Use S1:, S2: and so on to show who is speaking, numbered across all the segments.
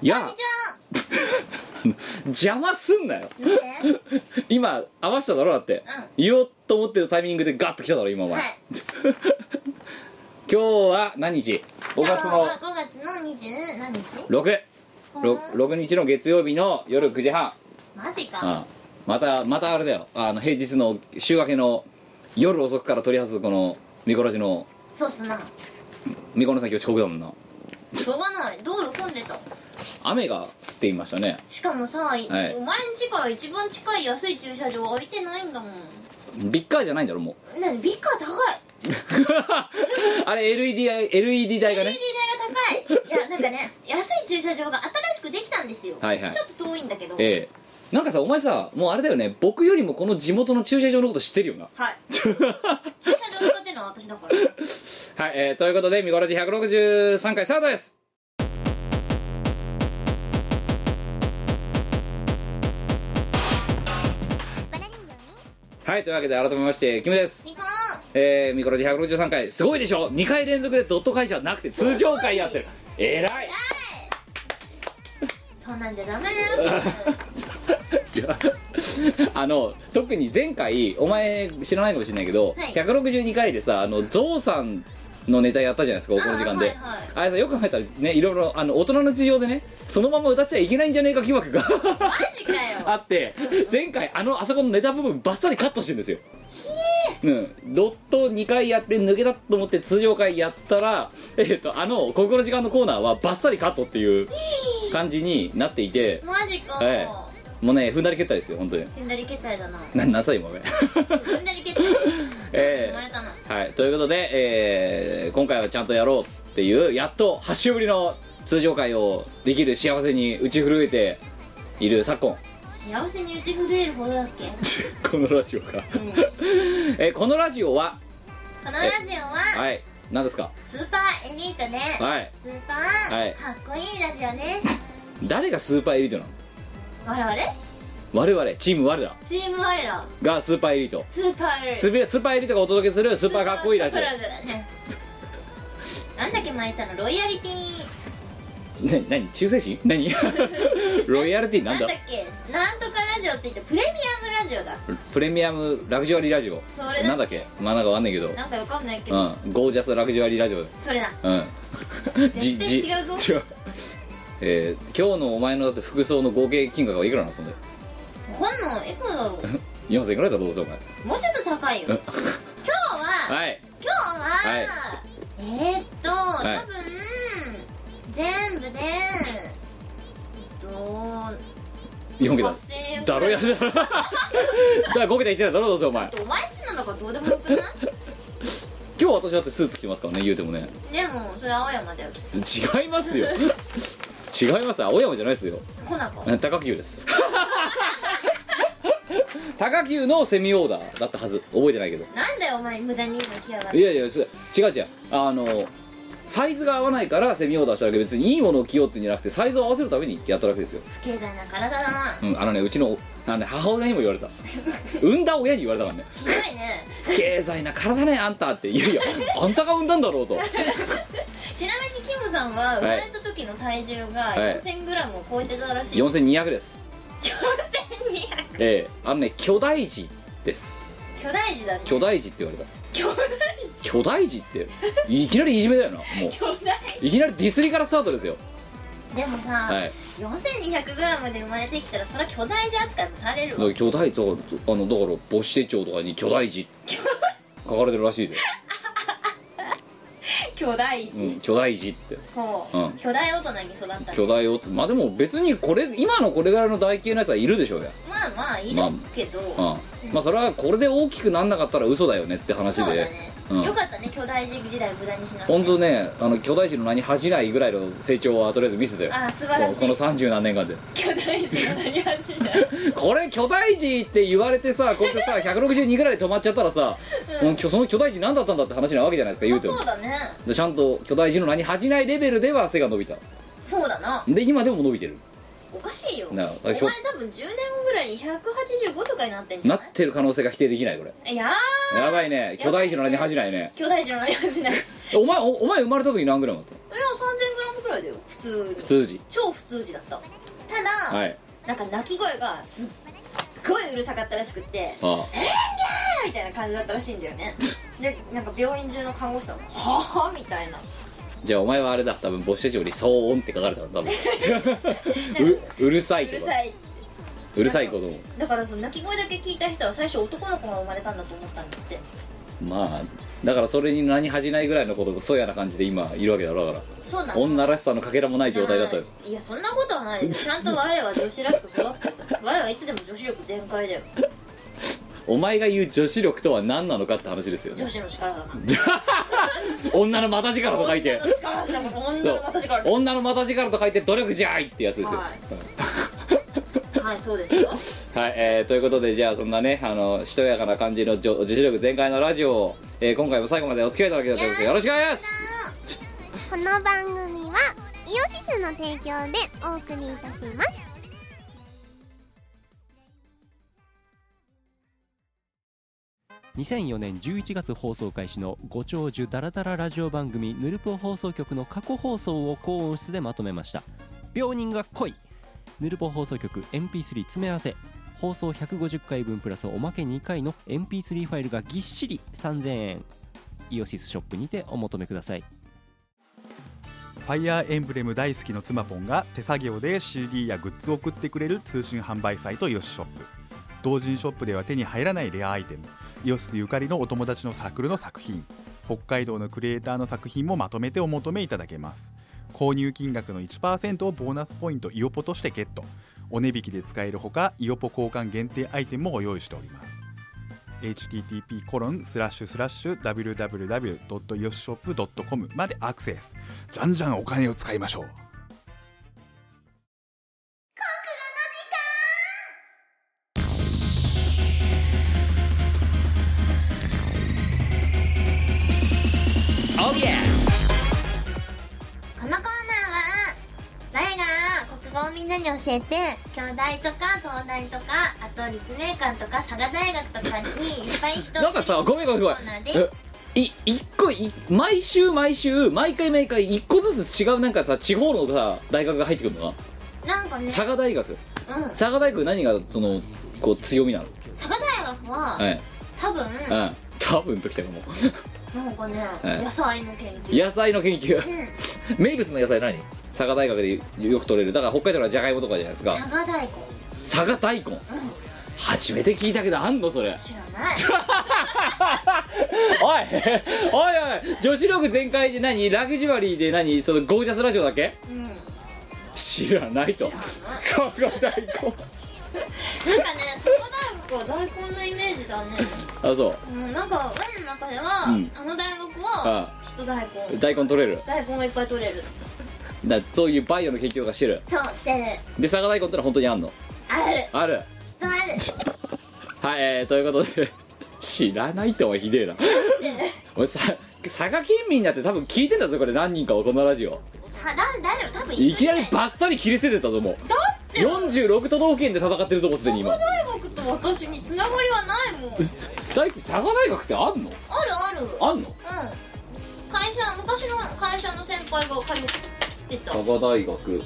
S1: や
S2: こんにちは
S1: 邪魔すんなよ
S2: なんで
S1: 今合わせただろだって、言おうと思ってるタイミングでガッと来ただろ今お前、
S2: はい
S1: 今日は何日5月の
S2: 今日は5月の20何日
S1: 6
S2: うん
S1: ろ6日の月曜日の夜9時半、
S2: マジ
S1: う
S2: か
S1: んまたまたあれだよあの平日の週明けの夜遅くから取り外すこの見殺しの
S2: そうっすな
S1: 見殺しの先遅刻だもんな
S2: しょうがない道路混んでた
S1: 雨が降っていましたね
S2: しかもさ、お前ん家から一番近い安い駐車場空いてないんだもん
S1: ビッカーじゃないんだろもう
S2: なにビッカー高い
S1: あれ LED 代 LED 代が
S2: LED
S1: ね
S2: 代が高いいやなんかね安い駐車場が新しくできたんですよ、
S1: はいはい
S2: ちょっと遠いんだけど、
S1: ええなんかさお前さもうあれだよね僕よりもこの地元の駐車場のこと知ってるよな
S2: はい駐車場使ってるのは私だから
S1: はい、えーということで見殺し163回スタートです
S2: バラ人形に
S1: はいというわけで改めましてキムです
S2: ニコ
S1: えー、ミコラジ163回すごいでしょ2回連続でドット会社はなくて通常回やってるえらい
S2: そんなんじゃダメだよ
S1: いやあの特に前回お前知らないかもしれないけど、
S2: はい
S1: 162回でさあのゾウさんのネタやったじゃないですかこの時間で
S2: あーはいはい
S1: あれさよく考えたらねいろいろあの大人の事情でねそのまま歌っちゃいけないんじゃねえか疑惑が
S2: マジかよ
S1: あって前回あのあそこのネタ部分バッサリカットしてるんですようん、ドット2回やって抜けたと思って通常回やったら、えー、とあの「ここの時間」のコーナーはバッサリカットっていう感じになっていて
S2: マジか
S1: え
S2: よ
S1: もうね踏んだり蹴ったりですよ本当に
S2: 踏んだり決体 だな
S1: ななさいもんね
S2: 踏んだり決体ちょっと生まれたな、
S1: はいということで、えー今回はちゃんとやろうっていうやっと8週ぶりの通常回をできる幸せに打ち震えている昨今
S2: 幸せに打ち震えるほどだっけ、
S1: このラジオか、
S2: うん、こ
S1: えーこのラジオは
S2: のラジオは
S1: はい何ですか
S2: スーパーエリートで
S1: はい
S2: スーパー、
S1: はい
S2: かっこいいラジオです
S1: 誰がスーパーエリートなの
S2: 我々
S1: 我々チーム我ら
S2: チーム我ら
S1: がスーパーエリート
S2: スーパーエリート
S1: すべスーパーエリートがお届けするスーパーかっこいいラジ
S2: スーパーかっこいいラジオだねなんだっけ前言ったのロイヤリティ
S1: オね何忠誠心 何ロイヤルティなんだ
S2: っけなんとかラジオって言ってプレミアムラジオだ
S1: プレミアムラグジュアリーラジオ
S2: それだっけ
S1: なんだっけまあなんかわかんないけど
S2: なんかわかんないけど、
S1: うんゴージャスラグジュアリーラジオ
S2: それだ
S1: うん
S2: 絶対違うぞ
S1: 違うえー今日のお前のだって服装の合計金額はいくらなのそんで
S2: ほんのいくらだろう
S1: 4000ぐらいだろどうせお前
S2: もうちょっと高い
S1: う
S2: よ今
S1: ん
S2: 日は、
S1: はい
S2: 今日は、
S1: はい
S2: えー、っ
S1: い
S2: と、多分全部で
S1: 4桁
S2: えっと8000円
S1: だろやだ ろだから5桁いってないだろどうせお前
S2: お前んちなんだからどうでも よくない
S1: 今日私だってスーツ着てますからね言うてもね
S2: でもそれ青山だよきっ
S1: 違いますよ違います青山じゃないですよ
S2: とコナコ
S1: 高級です高級のセミオーダーだったはず覚えてないけど
S2: なんだよお前無駄に今来やが
S1: い
S2: って
S1: やいやす違う違うあのサイズが合わないからセミオーダーしただけで別にいいものを着ようってんじゃなくてサイズを合わせるためにやっただけですよ、
S2: 不経済な体だな
S1: うん、あのねうちのあの、ね、母親にも言われた産んだ親に言われたからね
S2: ひ どいね
S1: 「経済な体ねあんた」って「いやいやあんたが産んだんだろう」と
S2: ちなみにキムさんは生まれた時の体重が
S1: はい
S2: 4000g を超えてたらしい、
S1: 4200です
S2: 4200
S1: ええあのね巨大児です
S2: 巨大児だね
S1: 巨大児って言われた
S2: 巨大
S1: 巨大児っていきなりいじめだよなも
S2: 巨大
S1: ういきなりディスりからスタートですよ
S2: でもさ、
S1: はい
S2: 4200g で生まれてきたらそれは巨大児扱いもされる
S1: だか
S2: わ
S1: ら巨大とあのだから母子手帳とかに巨大児書かれてるらしいで、
S2: 巨大
S1: う
S2: 児、
S1: ん、巨大児って
S2: こう、
S1: うん
S2: 巨大大人に育ったね
S1: 巨大よまあでも別にこれ今のこれぐらいの台形のやつはいるでしょうや、
S2: まあまあいる
S1: まあ
S2: けど、
S1: うん、まあそれはこれで大きくなんなかったら嘘だよねって話で
S2: そうだね、
S1: うん
S2: よかったね巨大児時代無駄にしなくて
S1: 本当ねあの巨大児の名に恥じないぐらいの成長はとりあえず見せたよ
S2: ああ素晴らしい
S1: この30何年間で
S2: 巨大児の何走る
S1: これ巨大児って言われてさこれで さ162ぐらいで止まっちゃったらさ、もうきょその巨大児何だったんだって話なわけじゃない ですか言うても
S2: そうだね
S1: でちゃんと巨大児の名に恥じないレベルでは背が伸びた
S2: そうだな
S1: で今でも伸びてる
S2: おかしいよお
S1: な
S2: 前
S1: あ
S2: 多
S1: だからひょ
S2: 分10年後ぐらいに185とかになってんじ
S1: な
S2: ゃ
S1: っ
S2: ない
S1: てる可能性が否定できないこれ
S2: いや
S1: やばいね巨大児の名に恥じないね
S2: ー巨大児の何走るいや3000g
S1: お前おお前生まれた時何グラムだっ
S2: ぐらい分くらいだよ普通に
S1: 普通時
S2: 超普通時だったただ、
S1: はい
S2: なんか泣き声がすっごいうるさかったらしくって「
S1: あ
S2: あーみたいな感じだったらしいんだ よねでなんか病院中の看護師さんも「はあ?」みたいな
S1: あじゃあお前はあれだ多分母子手帳に「騒音」って書かれたの 多分ううるさ
S2: う
S1: いと
S2: る
S1: か
S2: さい
S1: いうるさい子供
S2: だからその泣き声だけ聞いた人は最初男の子が生まれたんだと思ったんだって
S1: まあだからそれに何恥じないぐらいのことがそやな感じで今いるわけだろだか
S2: そうな
S1: ら
S2: の
S1: 女らしさのかけらもない状態だったよ
S2: いやそんなこと はないですちゃんと我は女子らしく育ってさ我はいつでも女子力全開だよ
S1: お前が言う女子力とは何なのかって話ですよね
S2: 女子の力だな
S1: 女の股力と書いて
S2: 女の力だもん
S1: そ
S2: 女
S1: う
S2: の私からです
S1: 女の股力と書いて努力じゃいってやつですよ
S2: は
S1: うん
S2: はいそうですよ
S1: はい、えーということでじゃあそんなねあのしとやかな感じの女女子力全開のラジオを、えー今回も最後までお付き合いいただけたということでよろしくお願いします
S3: この番組はイオシスの提供でお送りいたします
S4: 2004年11月放送開始のご長寿ダラダララジオ番組「ヌルポ放送局」の過去放送を高音質でまとめました病人が来いヌルポ放送局 MP3 詰め合わせ放送150回分プラスおまけ2回の MP3 ファイルがぎっしり3000円イオシスショップにてお求めください
S5: ファイアーエンブレム大好きの妻ポンが手作業で CD やグッズを送ってくれる通信販売サイトイオシショップ同人ショップでは手に入らないレアアイテムイオシスゆかりのお友達のサークルの作品北海道のクリエイターの作品もまとめてお求めいただけます購入金額の1%をボーナスポイントイオポとしてゲットお値引きで使えるほかイオポ交換限定アイテムもご用意しております http コロンスラッシュスラッシュ www.yoshop.com までアクセスじゃんじゃんお金を使いましょう
S3: このコーナーは誰が国語をみんなに教えて
S2: 京大とか東大とかあと立命館とか佐賀大学とかにいっぱい人
S1: なんかさごめんごめんごめん
S2: コーナーです
S1: えい一個い毎週毎週毎回毎回一個ずつ違うなんかさ地方のさ大学が入ってくるのか
S2: なんかね
S1: な佐賀大学
S2: うん
S1: 佐賀大学何がそのこう強みなの
S2: 佐賀大学は、
S1: はい、
S2: 多分、
S1: うん、多分ときたかも
S2: なんかね、
S1: はい
S2: 野菜の研究
S1: 野菜の研究
S2: うん
S1: 名物の野菜何佐賀大学でよく取れるだから北海道のじゃがいもとかじゃないですか
S2: 佐賀大根
S1: 佐賀大根、初めて聞いたけどあんのそれ
S2: 知らない
S1: おいおいおい女子力全開で何ラグジュアリーで何そのゴージャスラジオだっけ
S2: うんなん
S1: 知らないと佐賀大根
S2: かね佐賀大学は大根のイメージだね
S1: あそう
S2: うんなんか我の中では、
S1: うん
S2: あの大学は
S1: あ
S2: きっと大根
S1: 大根取れる
S2: 大根がいっぱい取れる
S1: だそういうバイオの研究がしてる
S2: そうしてる
S1: で佐賀大根ってのは本当にあんの
S2: ある
S1: ある
S2: きっとある
S1: はい、えー、ということで知らないとはひでえな俺さ佐賀県民だって多分聞いてたぞこれ何人かはこのラジオ
S2: さだ大丈夫多分
S1: い
S2: 一緒
S1: き
S2: じゃ
S1: な
S2: な
S1: り
S2: い
S1: バッサリ切り捨ててたと思う
S2: だって
S1: 46都道府県で戦ってるとこすでに今
S2: 大学と私につながりはないもんある
S1: 大輝佐賀大学ってあんの
S2: ある
S1: あんの
S2: うん会社昔の会社の先輩が通ってた
S1: 佐賀大学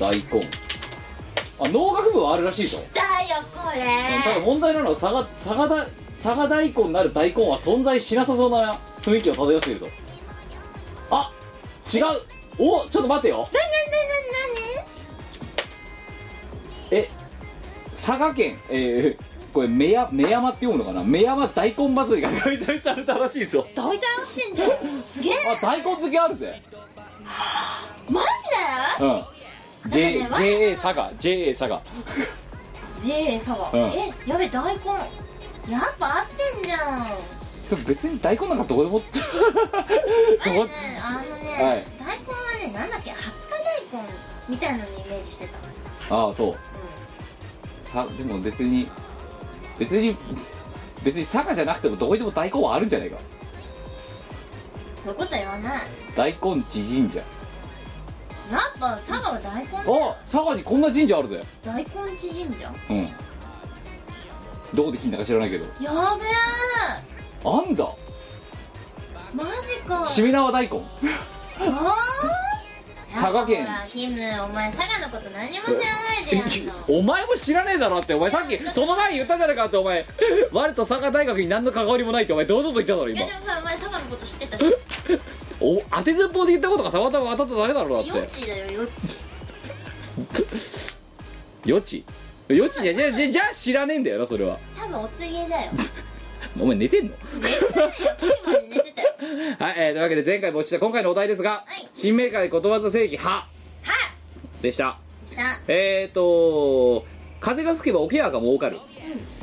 S1: 大根あ農学部はあるらしいぞ、
S2: だよこれ
S1: ただ問題なのは佐賀佐賀だ佐賀大根なる大根は存在しなさそうな雰囲気を漂っているとあ違うおちょっと待ってよ
S2: なにな
S1: え佐賀県えー、これ目や目山って読むのかな目山大根祭りが開催されたらしいぞ
S2: になになに大体合ってんじゃ んすげえ
S1: あ大根好きあるぜ
S2: マ
S1: うん
S2: だって
S1: J
S2: ね
S1: JA 佐賀 JA 佐賀
S2: ジで ?J さ
S1: うん
S2: えやべ大根やっぱ合ってんじゃんあ
S1: でも別に大根なんかどこでもど
S2: れね
S1: こ
S2: あ
S1: はい
S2: のね、大根はねなんだっけ20日大根みたいなのイメージしてた
S1: ああそうさでも別に別に別に佐賀じゃなくてもどこにでも大根はあるんじゃないか
S2: そういうこと言わない
S1: 大根地神社
S2: やっぱ佐賀は大根
S1: あ佐賀にこんな神社あるぜ
S2: 大根知神社
S1: うんどこで聞いたか知らないけど
S2: やべ
S1: あんだ
S2: えマジか
S1: しめ縄大根
S2: あー
S1: 佐賀県
S2: ほらキムお前佐賀のこと何も知らないでやんの
S1: お前も知らねえだろってお前さっきその前に言ったじゃねえかってお前我と佐賀大学に何の関わりもないってお前堂々と言っただろ
S2: い
S1: 今
S2: やでもさお前佐賀のこと知ってたし幼
S1: お当てずっぽうで言ったことがたまたま当たっただけだろだって
S2: 稚だよ幼稚
S1: 余地余地じゃじゃじゃじゃあ知らねえんだよなそれは
S2: 多分お告げだよ
S1: お前寝てんの
S2: 寝てないよさっきまで寝てたよ
S1: はい、えーというわけで前回募集した今回のお題ですが、
S2: い
S1: 新明解ことわざ正義派
S2: は
S1: でした
S2: っした
S1: えーと風が吹けば桶屋が儲かる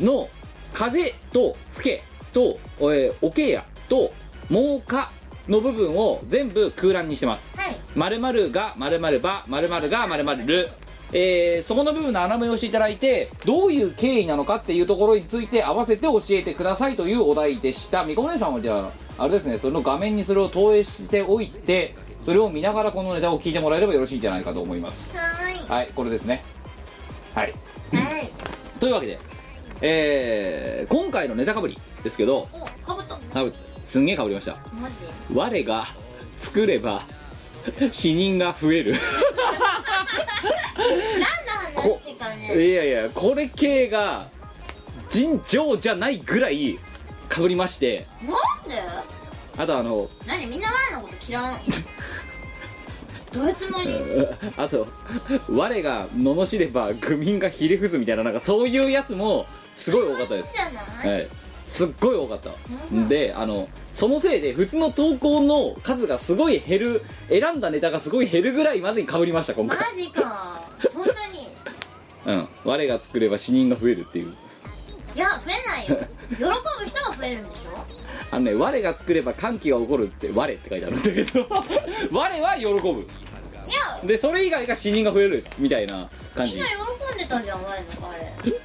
S1: の風と吹けと、えー、桶屋と儲かの部分を全部空欄にしてます
S2: はい
S1: 〇〇が〇〇ば〇〇が〇〇るえー、そこの部分の穴埋めをしていただいてどういう経緯なのかっていうところについて合わせて教えてくださいというお題でしたみこお姉さんはじゃああれですねその画面にそれを投影しておいてそれを見ながらこのネタを聞いてもらえればよろしいんじゃないかと思います
S2: は
S1: はいこれですねはい
S2: ーいはい
S1: というわけでえー、今回のネタかぶりですけど
S2: おかぶと
S1: あすんげえかぶりました
S2: マジで
S1: 我が作れば死人が増える
S2: 何の話かね
S1: いやいやこれ系が尋常じゃないぐらいかぶりまして
S2: なんで
S1: あとあの
S2: 何みんな前のこと 嫌いなのどういうつもり
S1: あと我が罵れば愚民がひれ伏すみたいななんかそういうやつもすごい多かったです、
S2: じゃない、
S1: はい、すっごい多かった
S2: うん
S1: であのそのせいで普通の投稿の数がすごい減る選んだネタがすごい減るぐらいまでにかぶりました今
S2: マ
S1: 回、
S2: ジかそんなに
S1: うん、我が作れば死人が増えるっていう
S2: いや増えないよ喜ぶ人が増えるんでしょ
S1: あのね「我が作れば歓喜が起こる」って「我」って書いてあるんだけど 我は喜ぶ
S2: いや
S1: でそれ以外が死人が増えるみたいな感
S2: みん
S1: じ
S2: な喜んでたじゃん前のカレー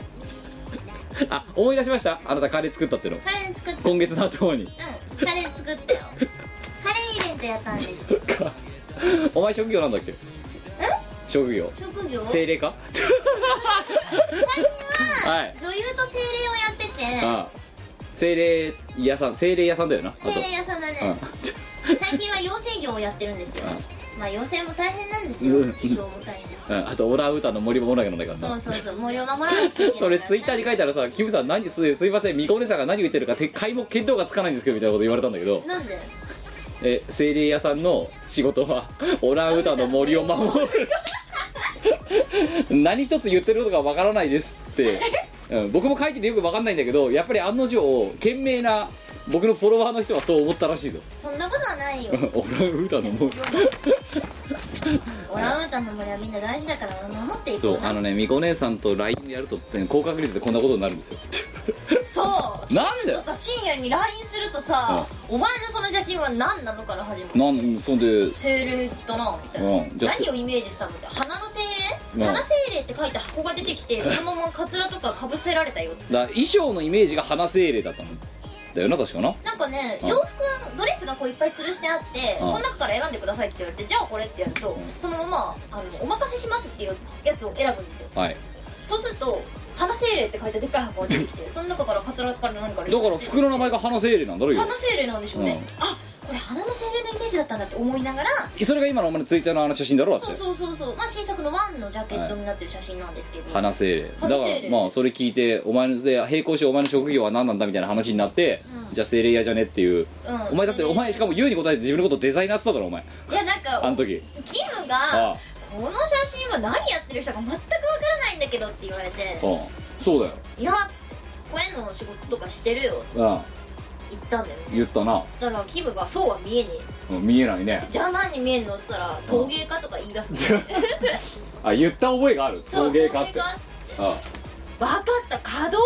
S1: あ思い出しましたあなたカレー作ったっての
S2: カレー作って
S1: 今月の頭に
S2: うんカレー作ったよカレーイベントやったんですよ
S1: かお前職業なんだっけ職業
S2: 職業
S1: 精霊か はい
S2: 女優と精霊をやってて
S1: ああ精霊屋さん精霊屋さんだよなあと
S2: 精霊屋さんだね最近は養成業をやってるんですよまあ養成も大変なんですよ
S1: うん
S2: 衣装も大変
S1: うん、うん、あとオランウータンの森ももなきゃなんだからな
S2: そうそうそう森を守らなくちゃいけない
S1: それツイッターに書いたらさキムさん何すすいませんみこお姉さんが何言ってるかて買いも見当がつかないんですけどみたいなこと言われたんだ けど
S2: なんで
S1: え精霊屋さんの仕事はオランウータンの森を守る 何一つ言ってることがわからないですって、うん、僕も書いててよくわかんないんだけどやっぱり案の定賢明な僕のフォロワーの人はそう思ったらしいぞ
S2: そんなことはないよ
S1: オランウータンの森
S2: オランウータンの森はみんな大事だから守ってい
S1: そ
S2: こ
S1: う
S2: う
S1: あのねみこお姉さんと LINE やるとね高確率でこんなことになるんですよ
S2: そう
S1: なんだよ
S2: とさ深夜に LINE するとさ、お前のその写真は何なのから始まる
S1: なんそんで
S2: 精霊だなみたいな、
S1: うんじゃあ
S2: 何をイメージしたのって花の精
S1: うん
S2: 霊花精霊って書いた箱が出てきてそのままカツラとかかぶせられたよ
S1: だ衣装のイメージが花精霊だったんだよな確かな
S2: なんかね
S1: うん
S2: 洋服ドレスがこういっぱい吊るしてあって
S1: うん
S2: この中から選んでくださいって言われてじゃあこれってやるとそのままあのお任せしますっていうやつを選ぶんですよ
S1: はい
S2: そうすると花精霊って書いたでっかい箱が出てき てその中からカツラから何から
S1: だから服の名前が花精霊なんだろうよ
S2: 花精霊なんでしょうね、あこれ花の精霊のイメージだったんだって思いながら
S1: それが今のお前のツイッターのあの写真だろだって
S2: そうそうそうそうまあ新作の「ワンのジャケットになってる写真なんですけど、
S1: 花精霊だから
S2: 花精霊
S1: まあそれ聞いてお前ので並行してお前の職業は何なんだみたいな話になって、
S2: うん
S1: じゃあ精霊屋じゃねっていう、
S2: うん
S1: お前だってお前しかも優に答えて自分のことデザイナーって言っただろお前
S2: いやなん
S1: あの
S2: か
S1: 時
S2: キム
S1: あ
S2: が
S1: あ
S2: 「この写真は何やってる人か全くわからないんだけど」って言われて
S1: うんそうだよ
S2: 「いや」って声の仕事とかしてるよって
S1: う
S2: 言ったんだよね
S1: ん言ったな、
S2: だからキムが「そうは見えねえ」っつって
S1: うん見えないね
S2: じゃあ何見えんの?」って言ったら「陶芸家」とか言い出すんだよね
S1: あ言った覚えがある
S2: そう
S1: 陶芸家っ
S2: 陶
S1: て
S2: 芸家
S1: あ
S2: っつって分かった華道家だ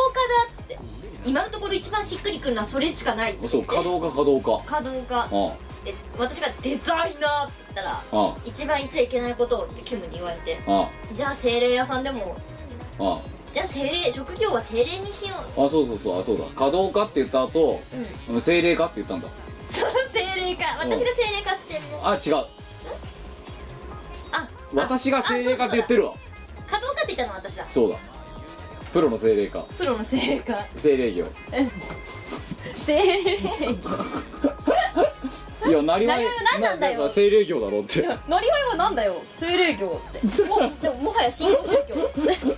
S2: っつって今のところ一番しっくりくるのはそれしかないって
S1: そう稼働家稼働
S2: 華道
S1: 家
S2: 家
S1: うん
S2: で私がデザイナーって言ったら
S1: うん
S2: 一番言っちゃいけないことをってキムに言われて
S1: うん
S2: じゃあ精霊屋さんでも
S1: うん
S2: じゃあ精霊職業は精霊にしよ
S1: あそうそうそうあそうだ稼働家って言った後
S2: ううん
S1: 精霊家って言ったんだ
S2: その精霊か
S1: うん
S2: 私が精霊かっつってんのあ
S1: あ違う私が精霊家って言って
S2: る
S1: るわ
S2: 華道家って言ったのは私だ
S1: そうだプロの精霊家
S2: プロの精霊か
S1: 精霊業
S2: 精霊
S1: いやなり
S6: なりわい何なんだよ
S1: 清霊教だろって
S6: でもなりわいはなんだよ精霊教ってもうでももはや新興宗教ですね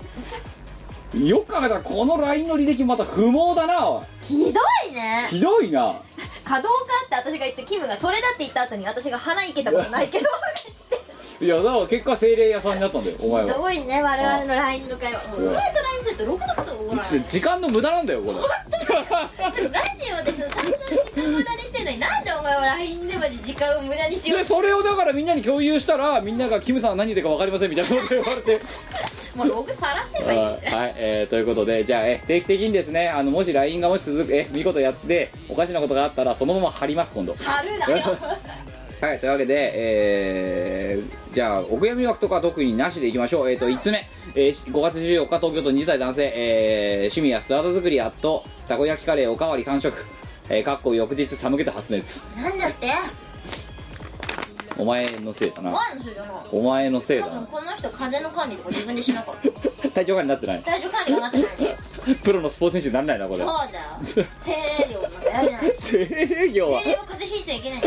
S1: よく考えたらこの LINE の履歴また不毛だなおい
S6: ひどい
S2: いね
S1: ひどいな
S6: 可動化って私が言ってキムがそれだって言った後に私が花いけたことない けど
S1: いやだから結果精霊屋さんになったんだよお前
S2: ひ
S1: は
S2: どいね我々の LINE の会話もう
S1: うん
S2: 親と LINE するとろくなことが起こらない
S1: 時間の無駄なんだよこ
S2: それラジオでその最初の時間無駄にしてるのになんでお前は LINE でまで時間を無駄にし
S1: れ
S2: よう
S1: でそれをだからみんなに共有したらみんなが「キムさんは何言ってるか分かりません」みたいなこと言われて
S2: もうログさらせばいいじゃん
S1: はい、えーということでじゃあえ定期的にですねあのもし LINE がもし続くえ見事やっておかしなことがあったらそのまま貼ります今度
S6: あるなよ
S1: はいというわけで、えーじゃあお悔やみ枠とか特になしでいきましょうえっ、と5つ目、えーし5月14日東京都20代男性、えー趣味や素肌作りやっとたこ焼きカレーおかわり完食えー、かっこ翌日寒気と発熱
S2: なんだって
S1: お前のせいだな
S2: ワンの人じゃない
S1: お前のせい
S2: 多
S1: だ
S2: 分
S1: な
S2: この人風邪の管理とか自分でしなかった
S1: 体調管理になってない
S2: 体調管理がなってないね
S1: プロのスポーツ選手になんないなこ
S2: そ
S1: れ
S2: うだよ精霊量なんかやれ ないし
S1: 精霊業は
S2: 精霊は風邪ひいちゃいけない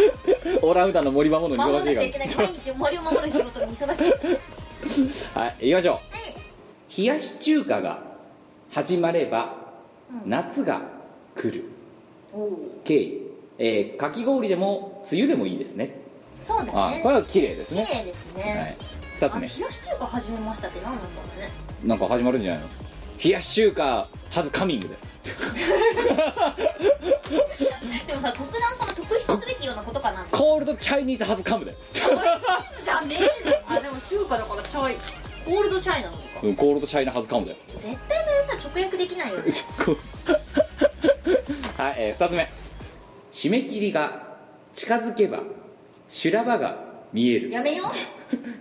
S1: オーランウータンの森守るの
S2: 守ら
S1: 忙
S2: な
S1: し
S2: きゃ
S1: い
S2: い
S1: か
S2: けない毎日森を守る仕事に忙しい
S1: らはい行きましょう冷やし中華が始まれば夏が来る経緯えーかき氷でも梅雨でもいいですね
S2: そうだ
S1: あ
S2: ね
S1: これは綺麗です
S2: 綺
S1: ね
S2: 麗です
S1: は
S2: ね
S1: い2
S2: あ
S1: つ
S2: 冷や
S1: 目
S2: し中華始めましたって何なんだろうね
S1: なんか始まるんじゃないの冷やし中華はずカミングで
S2: でもさ特段その特筆すべきようなことかな
S1: コールドチャイニーズはずカムで
S2: じゃねえのあでも中華だからチャイオールドチャイなのか
S1: うんコールドチャイナはずカムだよ
S2: 絶対それさ直訳できないよね
S1: こうはい、え2つ目締め切りが近づけば修羅場が見える
S2: やめよ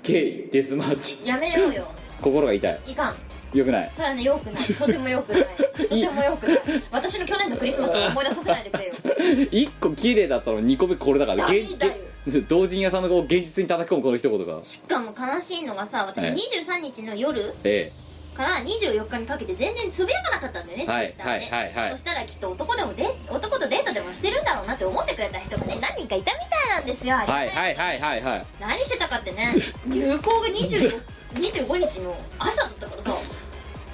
S1: 経緯デスマーチ
S2: うやめようよ
S1: 心が痛い
S2: いかん
S1: よくない
S2: それはねよくないとてもよくないとてもよくない私の去年のクリスマスを思い出させないでくれよ
S1: 1個綺麗だったの2個目これだから
S2: ダメだよ
S1: 現現 同人屋さんのこう現実に叩き込むこの一言が
S2: しかも悲しいのがさ私
S1: ええ
S2: 23日の夜
S1: え
S2: から24日にかけて全然つぶやかなかったんだよね
S1: はいはい
S2: Twitter で
S1: はいはい
S2: そしたらきっと男でもで男とデートでもしてるんだろうなって思ってくれた人がね何人かいたみたいなんですよあ
S1: え
S2: りがた
S1: はいいはいはいはいはい
S2: 何してたかっ てね入校が24 25日の朝だったからさ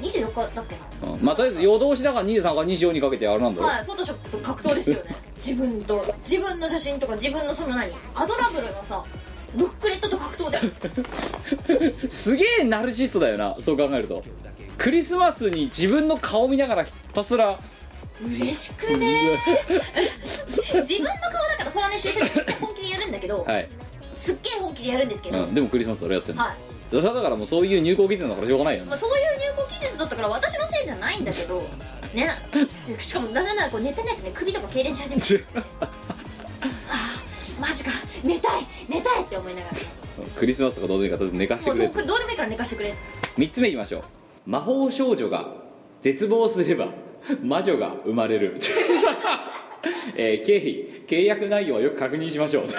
S2: 24日だっけな
S1: うんまあとりあえず夜通しだから23から24にかけてあれなんだろう、
S2: はいフォトショップと格闘ですよね自分と自分の写真とか自分のその何アドラブルのさブックレットと格闘で
S1: すげえナルシストだよなそう考えるとクリスマスに自分の顔見ながらひたすら
S2: 嬉しくね 自分の顔だからそれはね就職めっちゃ本気でやるんだけど、
S1: はい、
S2: すっげえ本気でやるんですけど、
S1: うん、でもクリスマスだろやってんの
S2: はい
S1: それはだからもうそういう入校基準だからしょうがないよ
S2: まあ、
S1: ね
S2: そういう入校技術だったから私のせいじゃないんだけどねしかもなんならこう寝てないとね首とか痙攣し始めてマジか寝たい寝たいって思い ながら
S1: クリスマスとかどうでもいいからとりあえず寝かして
S2: もう
S1: く
S2: ど
S1: れ
S2: うどうでもいいから寝かしてくれ
S1: 3つ目いきましょう魔法少女が絶望すれば 魔女が生まれる えー経費契約内容はよく確認しましょう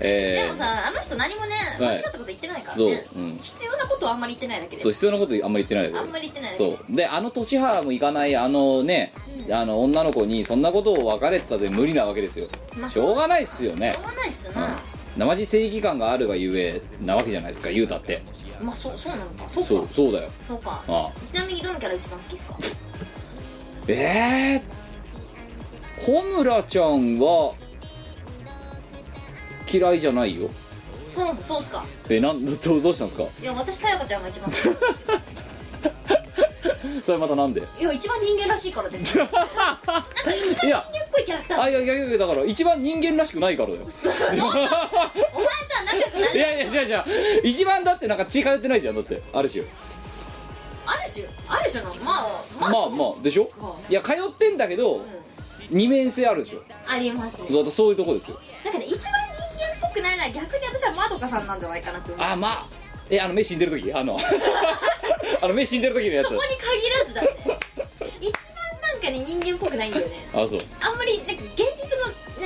S2: で
S1: え
S2: もさあの人何もね
S1: は
S2: 間
S1: い
S2: 違ったこと言ってないから
S1: そう
S2: ね、
S1: うん
S2: 必要なことはあんまり言ってないだけ
S1: ー
S2: で
S1: そう必要なことあんまり言ってないけど
S2: あんまり言ってないだけで
S1: そうであの年派もいかないあのね、あの女の子にそんなことを別れてたで無理なわけですよ、
S2: まあ
S1: しょうがないっすよね
S2: しょうがないっすよな、
S1: 生地正義感があるがゆえなわけじゃないですか言うたって
S2: まあそうそうなのかそうか
S1: そうそうだよ
S2: そうか
S1: ああ
S2: ちなみにどのキャラ一番好きっすか
S1: えー、ホムラちゃんは嫌いじゃないよ
S2: そうそうっすか
S1: えなんどうどうしたんですか
S2: いや私さやかちゃんが一番好き
S1: それまたなんで
S2: いや一番人間らしいからですよなんか一番人間っぽいキャラクター
S1: あいやいやいやだから一番人間らしくないからだよ
S2: お前とは仲良くない い
S1: やいや違う違う一番だってなんか血通ってないじゃんだってある種
S2: ある種ある種のまあま
S1: ま
S2: あ、
S1: あまあでしょいや通ってんだけど二面性あるでしょ
S2: ありますね
S1: だってそういうとこですよ
S2: だから一番人間っぽくないのは逆に私はまどかさんなんじゃないかなって思う
S1: あまあえあの目死んでる時あの あの目死んでる時のやつ
S2: そこに限らずだって一番なんかに人間っぽくないんだよね
S1: あそう
S2: あんまりなんか現実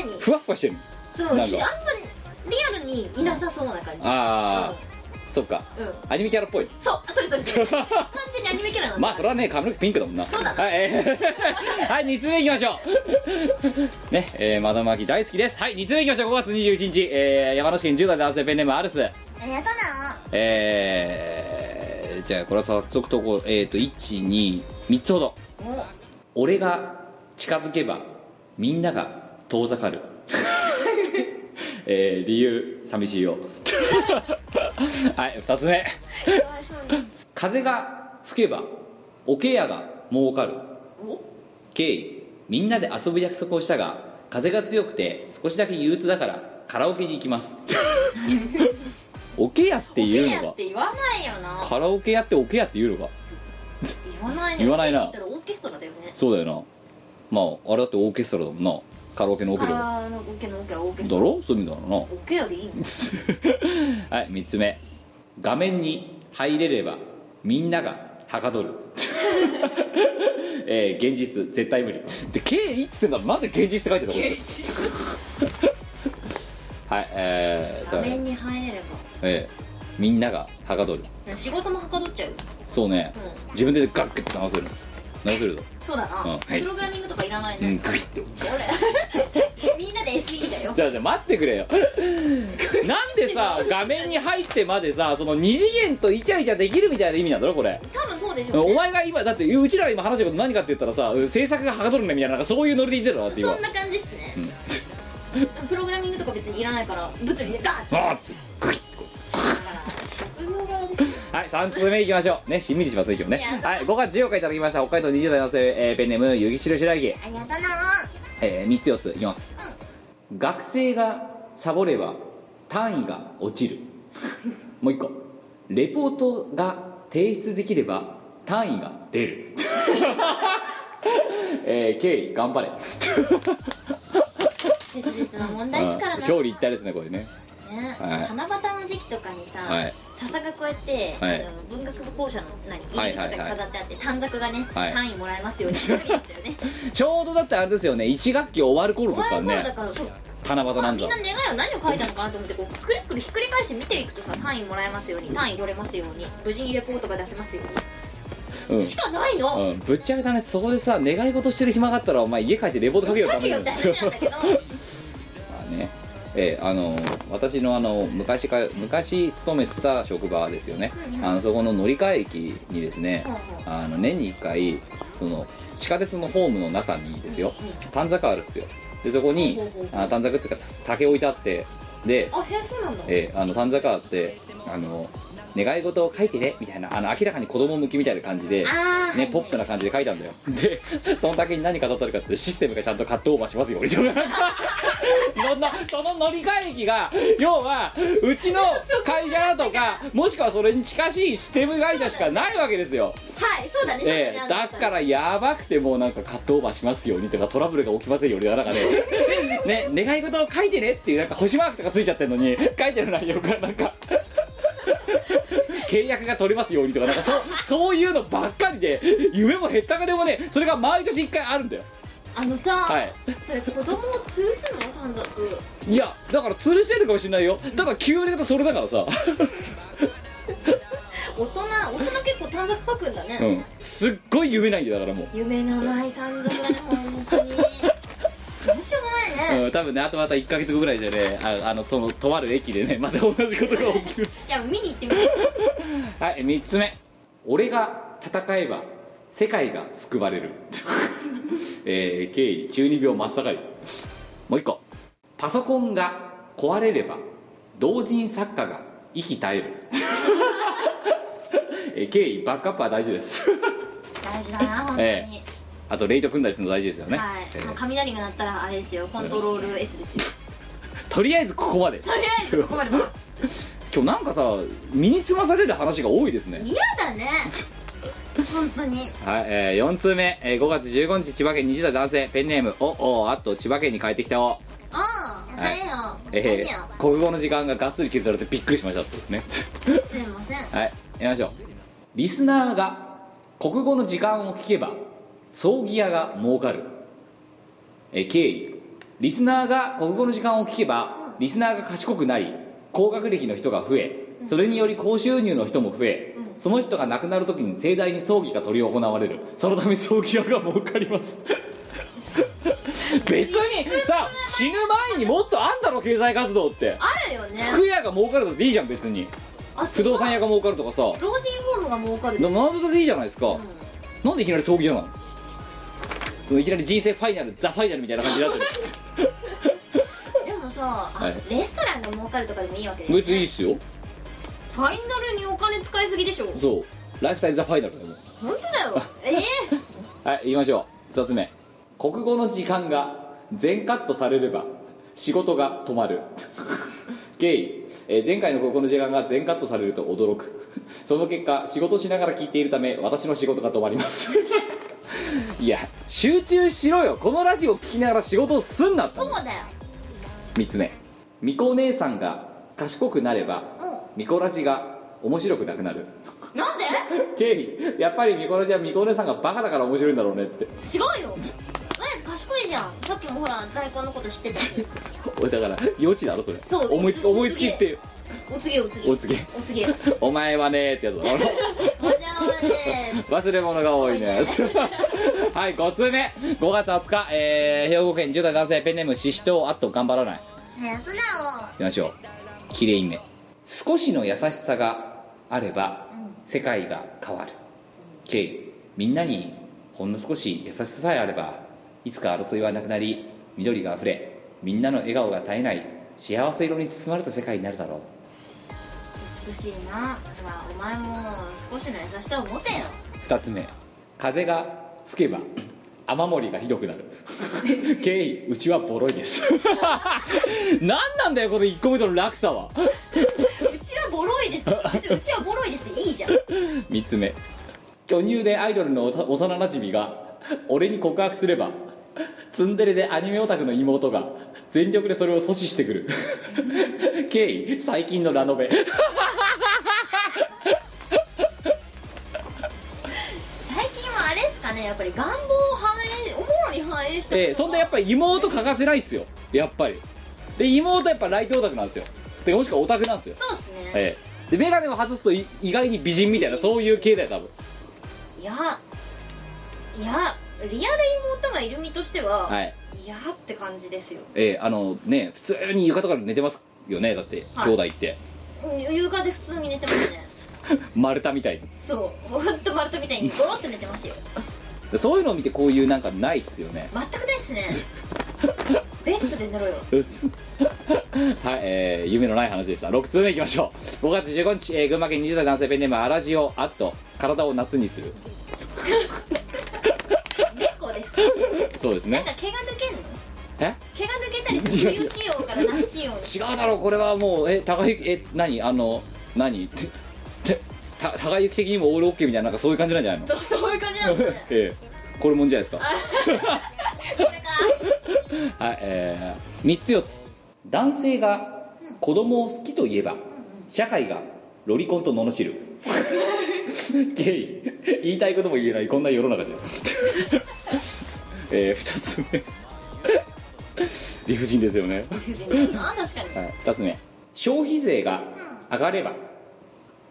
S2: の何
S1: ふわっふわしてる
S2: そうあん
S1: なん
S2: ま
S1: か
S2: りリアルにいなさそうな感じ
S1: ああそっか
S2: うん
S1: アニメキャラっぽい
S2: そうそれそ れそれ完全にアニメキャラなんだ
S1: まあそれはね髪の毛ピンクだもんな
S2: そうだ
S1: はい、 えーはい2つ目いきましょうねえー、窓巻き大好きですはい2つ目いきましょう5月21日、えー、山梨県10代男性ペンネームアルス
S3: ありがと
S1: えー、じゃあこれは早速とこうえっ、ー、と123つほど俺が近づけばみんなが遠ざかるえー、理由寂しいよはい2つ目
S2: かわいそうに
S1: 風が吹けば桶屋が儲かるケイみんなで遊ぶ約束をしたが風が強くて少しだけ憂鬱だからカラオケに行きます桶屋って
S2: ケ
S1: いうの
S2: アっ
S1: が
S2: て言わないよな
S1: カラオケ屋って桶屋っていうのか
S2: 言わないね
S1: 言わないな
S2: オケって言ったらオーケストラだよね
S1: そうだよなまああれだってオーケストラだもんなカラオケのオケ
S2: カ
S1: だだ
S2: ラーのオケのオケはオーケストラ
S1: ろそういう意味だろ
S2: オケやでいいの
S1: うな はい3つ目画面に入れればみんながはかどる えー、現実絶対無理で K1 っつってんだまだ現実って書いてたもんはいえー、
S2: 画
S1: だから
S2: 面に入れれ
S1: えーみんながはかどる
S2: ば仕事もはかどっちゃうよ
S1: そうね、
S2: う
S1: 自分でガッグッと直せる直せるぞ
S2: そうだな、
S1: うんはい
S2: プログラミングとかいらない
S1: うん
S2: ね、
S1: グイッと
S2: それみんなで SE だよ
S1: じゃあじゃあ待ってく れよなんでさ画面に入ってまでさその二次元とイチャイチャできるみたいな意味なんだろこれ
S2: 多分そうでしょう、
S1: お
S2: ね、
S1: 前が今だってうちらが今話したこと何かって言ったらさ制作がはかどるねみたいななんかそういうノリで言ってるのだって今
S2: そんな感じっすね、プログラミングとか別にいらないから物理でガッ
S1: あ
S2: て
S1: ーってグイッ
S2: だから職業柄ですよ
S1: はい、3通目いきましょう。ね、しんみりしますね、今日ね
S2: いや。
S1: はい、5月14日いただきました、北海道20代男性、えーペンネーム、ゆぎしろしらぎ。
S3: うありがとう
S1: えー、3つ4ついきます。学生がサボれば、単位が落ちる。もう1個。レポートが提出できれば、単位が出る。 えー、経緯頑張れ。
S2: 切実な問題っすから
S1: うん
S2: な、
S1: 表裏一体ですね、これね。
S2: ね
S1: はい
S2: 七夕の時期とかにさ、
S1: はい
S2: 笹がこうやって、
S1: はい
S2: あの文学部校舎の何
S1: は
S2: 入
S1: い
S2: り口とかに飾ってあって短冊がね、
S1: はい
S2: 単位もらえますよ うにって書いてあったよね
S1: ちょうどだってあれですよね、1学期終わる頃
S2: 終
S1: です
S2: わ
S1: からね。
S2: る頃だからそう
S1: 七夕
S2: ま
S1: な
S2: あ、
S1: ん
S2: み
S1: だ
S2: んな。願いは何を書いたのかなと思ってこうくるくるひっくり返して見ていくとさ単位もらえますように単位取れますように無事にレポートが出せますように、
S1: うん
S2: しかないの、
S1: うん、ぶっちゃけたねそこでさ願い事してる暇があったらお前家帰ってレポート書けよ
S2: 書けよって話なんだけど
S1: ねえーあの私のあの昔か昔勤めてた職場ですよね、あのそこの乗り換え駅にですね、あの年に1回その地下鉄のホームの中にですよ短冊あるっすよでそこにあ短冊っていうか竹置いてあってで、
S2: あへえそうなんだ
S1: えーあの短冊あってあの願い事を書いてねみたいなあの明らかに子供向きみたいな感じで
S2: あー
S1: ね、ポップな感じで書いたんだよでその竹に何飾ったるかってシステムがちゃんとカットオーバーしますよみたいなそんなその乗り換え駅が要はうちの会社だとかもしくはそれに近しいシステム会社しかないわけですよ、
S2: はいそうだねそうだね
S1: ええだからやばくてもうなんかカットオーバーしますようにとかトラブルが起きませんようにだから ねね願い事を書いてねっていうなんか星マークとかついちゃってるのに書いてる内容がなんか契約が取れますようにとかなんかそうそういうのばっかりで夢も減ったかでもねそれが毎年一回あるんだよ
S2: あのさ、
S1: はい
S2: それ子供を吊るすの短冊
S1: いやだから吊るしてるかもしれないよだから急にだとそれだからさ、
S2: 大人大人結構短冊書くんだね、
S1: うん、すっごい夢ないんだよだからもう
S2: 夢のない短冊だね本当にどうしようもないね、
S1: うん、多分ねあとまた1か月後ぐらいじゃねああのそのとある駅でねまた同じことが起きる
S2: じゃあ見に行ってみよう
S1: はい3つ目俺が戦えば世界が救われる えー、経緯中二病真っ盛りもう1個パソコンが壊れれば同人作家が息絶える えー経緯バックアップは大事です
S2: 大事だな本当に、
S1: えあとレイト組んだりするの大事ですよね、
S2: はい、
S1: え
S2: あの
S1: ー
S2: 雷が鳴ったらあれですよコントロール S ですよ
S1: とりあえずここまで
S2: とりあえずここまで
S1: 今日なんかさ身につまされる話が多いですね
S2: 嫌だね本当に
S1: はい、えー、4通目、えー、5月15日千葉県20代男性ペンネームおおあと千葉県に帰ってきたお、
S2: ああ
S1: はい
S2: 誰よ、
S1: え
S2: 何よ
S1: ー、国語の時間ががっつり削られてびっくりしましたってね
S2: すいません
S1: はいやりましょうリスナーが国語の時間を聞けば葬儀屋が儲かるえー経緯リスナーが国語の時間を聞けばリスナーが賢くなり高学歴の人が増えそれにより高収入の人も増え、
S2: うん
S1: その人が亡くなる時に盛大に葬儀が執り行われるそのため葬儀屋が儲かります 別にさ死ぬ前にもっとあんだろ経済活動って
S2: あるよね
S1: 服屋が儲かるとでいいじゃん別に
S2: あ
S1: 不動産屋が儲かるとかさ
S2: 老人ホームが儲かる
S1: ななんだでいいじゃないですか、なんでいきなり葬儀屋なのそのいきなり人生ファイナルザファイナルみたいな感じになってる
S2: でもさ、あ
S1: はい
S2: レストランが儲かるとかでもいいわけで
S1: 別にいいっすよ
S2: ファイナルにお金使いすぎでしょ
S1: そうライフタイムザファイナルだよもう
S2: 本当 だよええ
S1: はい言いましょう2つ目国語の時間が全カットされれば仕事が止まる 経緯、えー前回の国語の時間が全カットされると驚くその結果仕事しながら聞いているため私の仕事が止まります いや集中しろよこのラジオ聞きながら仕事をすんなって
S2: そうだよ
S1: 3つ目みこお姉さんが賢くなればみこラジが面白くなくなる
S2: うんなんで
S1: 経緯やっぱりみこラジはみこお姉さんがバカだから面白いんだろうねって
S2: 違うよえ賢いじゃんさっきもほら大根のこと知ってたし
S1: おいだから幼稚だろそれ
S2: そう
S1: 思いつ
S2: お
S1: 思いつきって
S2: お告げお告げ
S1: お告げ
S2: お告げ
S1: お前はねーってやつ だろ
S2: おじゃはね
S1: 忘れ物が多いねはい5つ目5月20日、えー兵庫県10代男性ペンネームししとうあっと頑張らない
S3: 早くなよ
S1: いきましょうきれいめ少しの優しさがあれば世界が変わる、けいみんなにほんの少し優しささえあればいつか争いはなくなり緑があふれみんなの笑顔が絶えない幸せ色に包まれた世界になるだろう
S2: 美しいなほらお前も少しの優しさを持てよ
S1: 2つ目風が吹けば 雨漏りがひどくなる経緯うちはボロいです 何なんだよこの1個目との落差は
S2: うちはボロいです別にうちはボロいですっていいじゃん
S1: 3つ目巨乳でアイドルのおた幼なじみが俺に告白すればツンデレでアニメオタクの妹が全力でそれを阻止してくる経緯最近のラノベ
S2: 最近はあれですかねやっぱり願望を反映おもろに反映した
S1: えーそんなやっぱり妹欠かせないっすよやっぱりで妹やっぱライトオタクなんですよでもしくはオタクなんですよ
S2: そうっすね、
S1: ええで眼鏡を外すとい意外に美人みたいなそういう系だよ多分
S2: いやいやリアル妹がいる身としては、、
S1: はいい
S2: やって感じですよ
S1: ええあのね普通に床とかで寝てますよねだって、
S2: はい
S1: 兄弟って
S2: うん夕方で普通に寝てますね
S1: 丸太みたい
S2: そうほんと丸太みたいにゴロっと寝てますよ
S1: にそういうのを見てこういうなんかないっすよね
S2: 全くないっすねベッドで寝ろよ
S1: はい、えー夢のない話でした6通目いきましょう5月15日、えー群馬県20代男性ペンネームアラジオアット体を夏にする
S2: 猫ですなんか
S1: そうですね
S2: 毛が抜けんの
S1: え
S2: 毛が抜けたりする冬仕様から夏仕様に
S1: 違うだろうこれはもうえ高行え何あの何 ててた高行的にもオールオッケーみたいななんかそういう感じなんじゃないの
S2: そうそういう感じなんですね
S1: ええこれもんじゃないですか
S2: これか
S1: はい、えー、3つ4つ男性が子供を好きといえば社会がロリコンと罵る ゲイ言いたいことも言えないこんな世の中じゃん えー、2つ目理不尽ですよね、
S2: 理不尽だな確かに
S1: はい、2つ目消費税が上がれば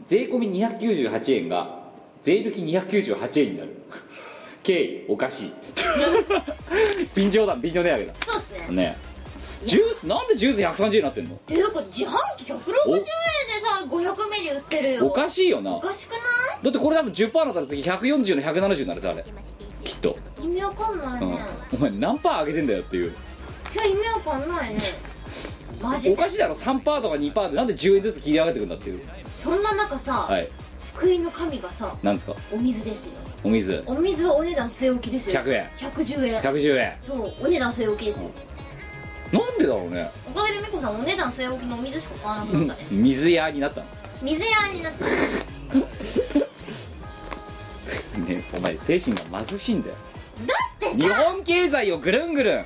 S1: 税込み298円が税抜き298円になる 経緯おかしい 便乗だ便乗値上げだ
S2: そうっすね
S1: ねジュースなんでジュース130円になってんの
S2: ていうか自販機160円でさ500ミリ売ってるよ
S1: おかしいよな
S2: お
S1: だ
S2: かしくな
S1: ってこれ多分10%だったら次140の170になるさあれきっと、
S2: い意味わかんない
S1: うん
S2: ね、
S1: お前何パー上げてんだよっていう
S2: 今日意味わか んないねマジ
S1: お
S2: で
S1: かしいだろ3%とか2%でなんで10円ずつ切り上げてくんだっていう
S2: そんな中さ、
S1: はい
S2: 救いの神がさ
S1: なんですか
S2: お水ですよ
S1: お水
S2: お水はお値段据え置きですよ
S1: 100円
S2: 110円
S1: 110円
S2: そうお値段据え置きですよ
S1: なんでだろうね
S2: おかげでみこさんお値段据え置きのお水しか買わなくなったね
S1: 水屋になった
S2: 水屋になった
S1: のねお前精神が貧しいんだよ
S2: だって
S1: 日本経済をぐるんぐるん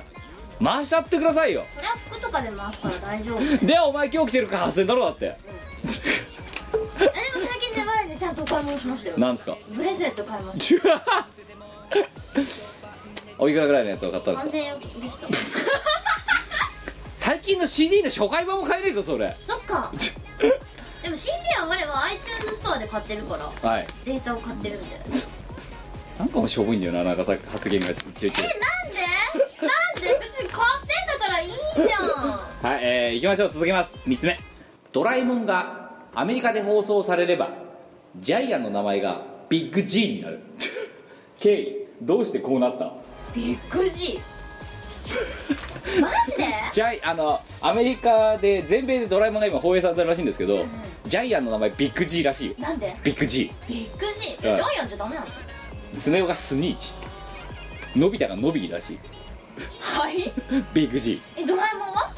S1: 回しちゃってくださいよ
S2: そりゃ服とかで回すから 大丈夫えでも
S1: でお前今日来てるから8000だろだって
S2: 最近粘るんでちゃんとお買い物しましたよ
S1: なんですか
S2: ブレスレット買いました
S1: おいくらぐらいのやつを買ったんですか
S2: 3000円でした
S1: 最近の CD の初回版も買えねえぞそれ
S2: そっかでも CD は我々は iTunes ストアで買ってるから
S1: はい
S2: データを買ってるんでなんで
S1: なんかもうしょぼいんだよななんかさ発言がちょいちょい
S2: なんで別に買ってんだからいいじゃん
S1: はい、えー、いきましょう続けます3つ目ドラえもんがアメリカで放送されればジャイアンの名前がビッグ G になる ケイどうしてこうなった
S2: ビッグ G マジ で
S1: ジャイあのアメリカで全米でドラえもんが今放映されてるらしいんですけど、ジャイアンの名前ビッグ G らしいよ
S2: なんで
S1: ビッグ G
S2: ビッグ G
S1: う
S2: え
S1: ん
S2: ジャイアンじゃダメなの
S1: スネ夫がスニーチのび太がのびりらしい
S2: はい
S1: ビッグ G
S2: えドラえもんは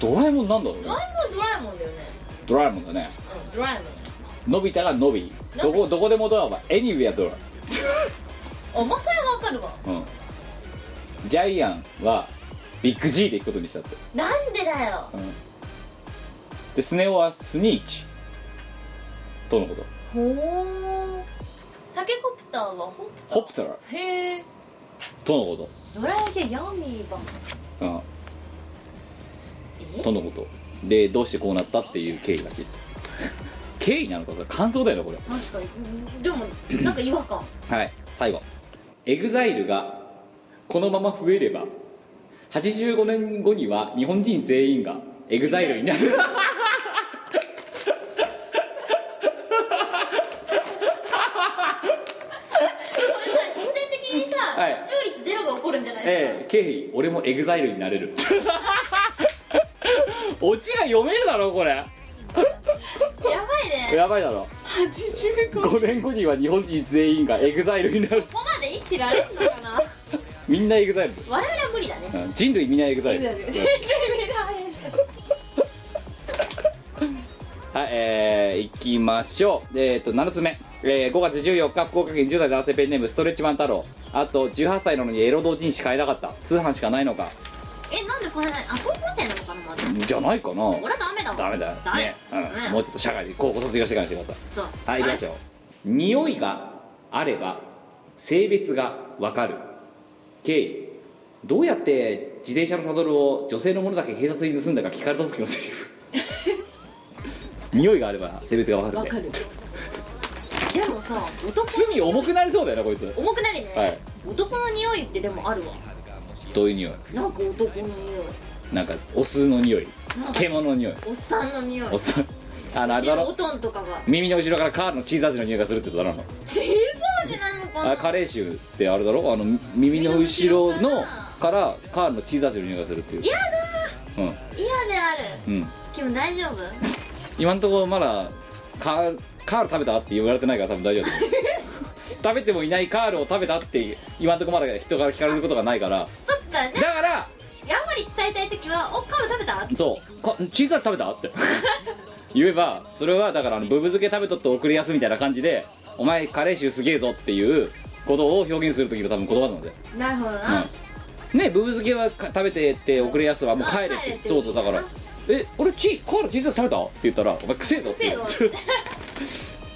S1: ドラえもんなんだろうね
S2: ドラえもんはドラえもんだよね
S1: ドラえもんだね
S2: うんドラえもん
S1: のび太がのびりどこどこでもドラマエニウェアドラ
S2: あまあそれはわかるわ
S1: うんジャイアンはビッグ G で行くことにしたって
S2: なんでだよ
S1: でスネ夫はスニーチとのこと
S2: ほータケコプターはホ
S1: ホプター
S2: ッへえ
S1: とのこ
S2: ドラ焼きヤミーバン
S1: と、うん
S2: え
S1: とのことでどうしてこうなったっていう経緯らしいです経緯なのかそれ感想だよなこれ
S2: 確かにうんで もなんか違和感
S1: はい最後エグザイルがこのまま増えれば85年後には日本人全員がエグザイルになる
S2: それさ必然的にさ、
S1: はい
S2: 視聴率ゼロが起こるんじゃないですか、
S1: ええ経費俺もエグザイルになれ るオチが読めるだろこれ
S2: やばいね
S1: やばいだろ
S2: 85
S1: 5年後には日本人全員がエグザイルになる
S2: ここまで生きてられるのかな我
S1: みんなエグザイル
S2: 々は無理だね
S1: うん人類みんなエグザイル
S2: 全然無理だね
S1: はいえー、いきましょうえっ、と7つ目、えー5月14日福岡県10代男性ペンネームストレッチマン太郎あと18歳なのにエロ同人誌買えなかった通販しかないのか
S2: えなんでこれないあ高校生なのかなまだ
S1: じゃないかな
S2: 俺はダメだもん
S1: ダメだよ
S2: ダメ
S1: ね、うんもうちょっと社会で高校卒業してからにしてください
S2: そう
S1: はい、いきますよ。匂いがあれば性別がわかる。K、どうやって自転車のサドルを女性のものだけ警察に盗んだか聞かれた時のセリフ。匂いがあれば性別がわかる
S2: わ
S1: ね
S2: かるでもさ男
S1: 罪重くなりそうだよなこいつ。
S2: 重くなるね、
S1: はい
S2: 男の匂いってでもあるわ
S1: どういう匂い？
S2: なんか男の匂い
S1: なんかお酢の匂い
S2: なん、か
S1: 獣の匂い、
S2: おっさんの匂い
S1: お酢。あのあれだ
S2: お
S1: ろ。
S2: とんとかが
S1: 耳の後ろからカールのチーズ味の匂いがするってことだろあの。
S2: チーズ味なのかな
S1: あカレー臭ってあれだろあの耳の後ろのからカールのチーズ味の匂いがするっていう
S2: 嫌だ
S1: うん
S2: 嫌である
S1: うん
S2: キム大丈夫
S1: 今のところまだカールカール食べたって言われてないから多分大丈夫だと思う食べてもいないカールを食べたって今のところまだ人から聞かれることがないから
S2: そっかじ
S1: だ
S2: ゃあ
S1: から
S2: やんまり伝えたい時は「おカール食べた?」
S1: そうかチーズ味食べたって言えばそれはだからあのブブ漬け食べとって送りやすみたいな感じでお前カレー臭すげえぞっていうことを表現する時の多分言葉なので
S2: なるほどな、
S1: うんねブブ漬けはか食べてって遅れやすはもう帰れっ
S2: あ帰れ
S1: て
S2: って
S1: そうそうだから「え俺チカール実は食べた?」って言ったら「お前くせえぞ」って
S2: くせえぞ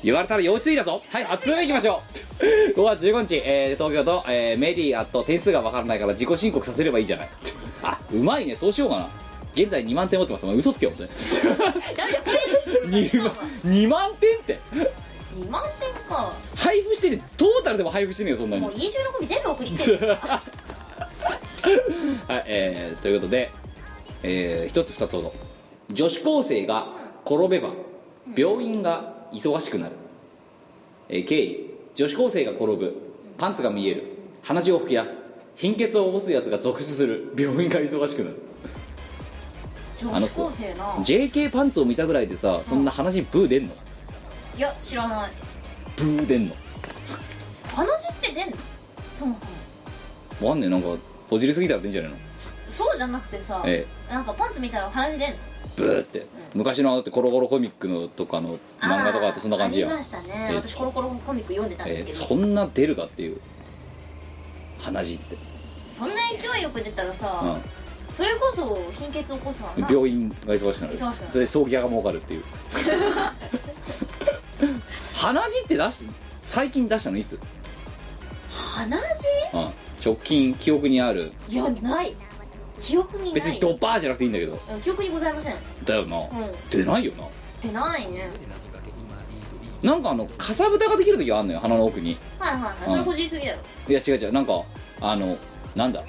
S1: 言われたら要注意だぞはい8つ目いきましょう5月15日、 えー東京都、えーメディアと点数がわからないから自己申告させればいいじゃない あうまいねそうしようかな現在2万点持って ますお前嘘つけよ本
S2: ダメだこれ
S1: 当に 2, 万2万点って
S2: 2万点か
S1: 配布してねトータルでも配布してねえよそんなに
S2: もう家中のゴミ全部送りつける
S1: はい、えーということで、え1つ2つほど女子高生が転べば病院が忙しくなる、えー経緯女子高生が転ぶパンツが見える鼻血を吹き出す貧血を起こすやつが続出する病院が忙しくなる
S2: 女子高生な
S1: JK パンツを見たぐらいでさそんな話ブー出んの
S2: いや知らない
S1: ブー出んの
S2: 鼻血って出んのそもそも
S1: わかんねえなんかほじりすぎたら出んじゃないの
S2: そうじゃなくてさ、
S1: え
S2: なんかパンツ見たら鼻血出んの
S1: えブーって昔のだってコロコロコミックのとかの漫画とかってそんな感じや
S2: あーありましたね、
S1: ええ
S2: 私コロコロコミック読んでたんで
S1: え
S2: すけ
S1: ー
S2: ど、
S1: そんな出るかっていう鼻血って、
S2: そんな勢いよく出たらさ、
S1: う
S2: それこそ貧血起こすわ
S1: ん
S2: な
S1: 病院が忙しくなる
S2: 忙しくなる
S1: それで葬儀屋が儲かるって いう鼻血って出し最近出したのいつ、うん、
S2: 鼻血
S1: 直近記憶にある
S2: いやない記憶に
S1: 別
S2: な
S1: に
S2: い
S1: ドバーじゃなくていいんだけど
S2: うん記憶にございません
S1: だよな、
S2: うん
S1: 出ないよな
S2: 出ないね
S1: なんかあのかさぶたができる時があんのよ鼻の奥に
S2: はいはいはいそれ個人すぎだろ
S1: いや違う違うなんかあのなんだ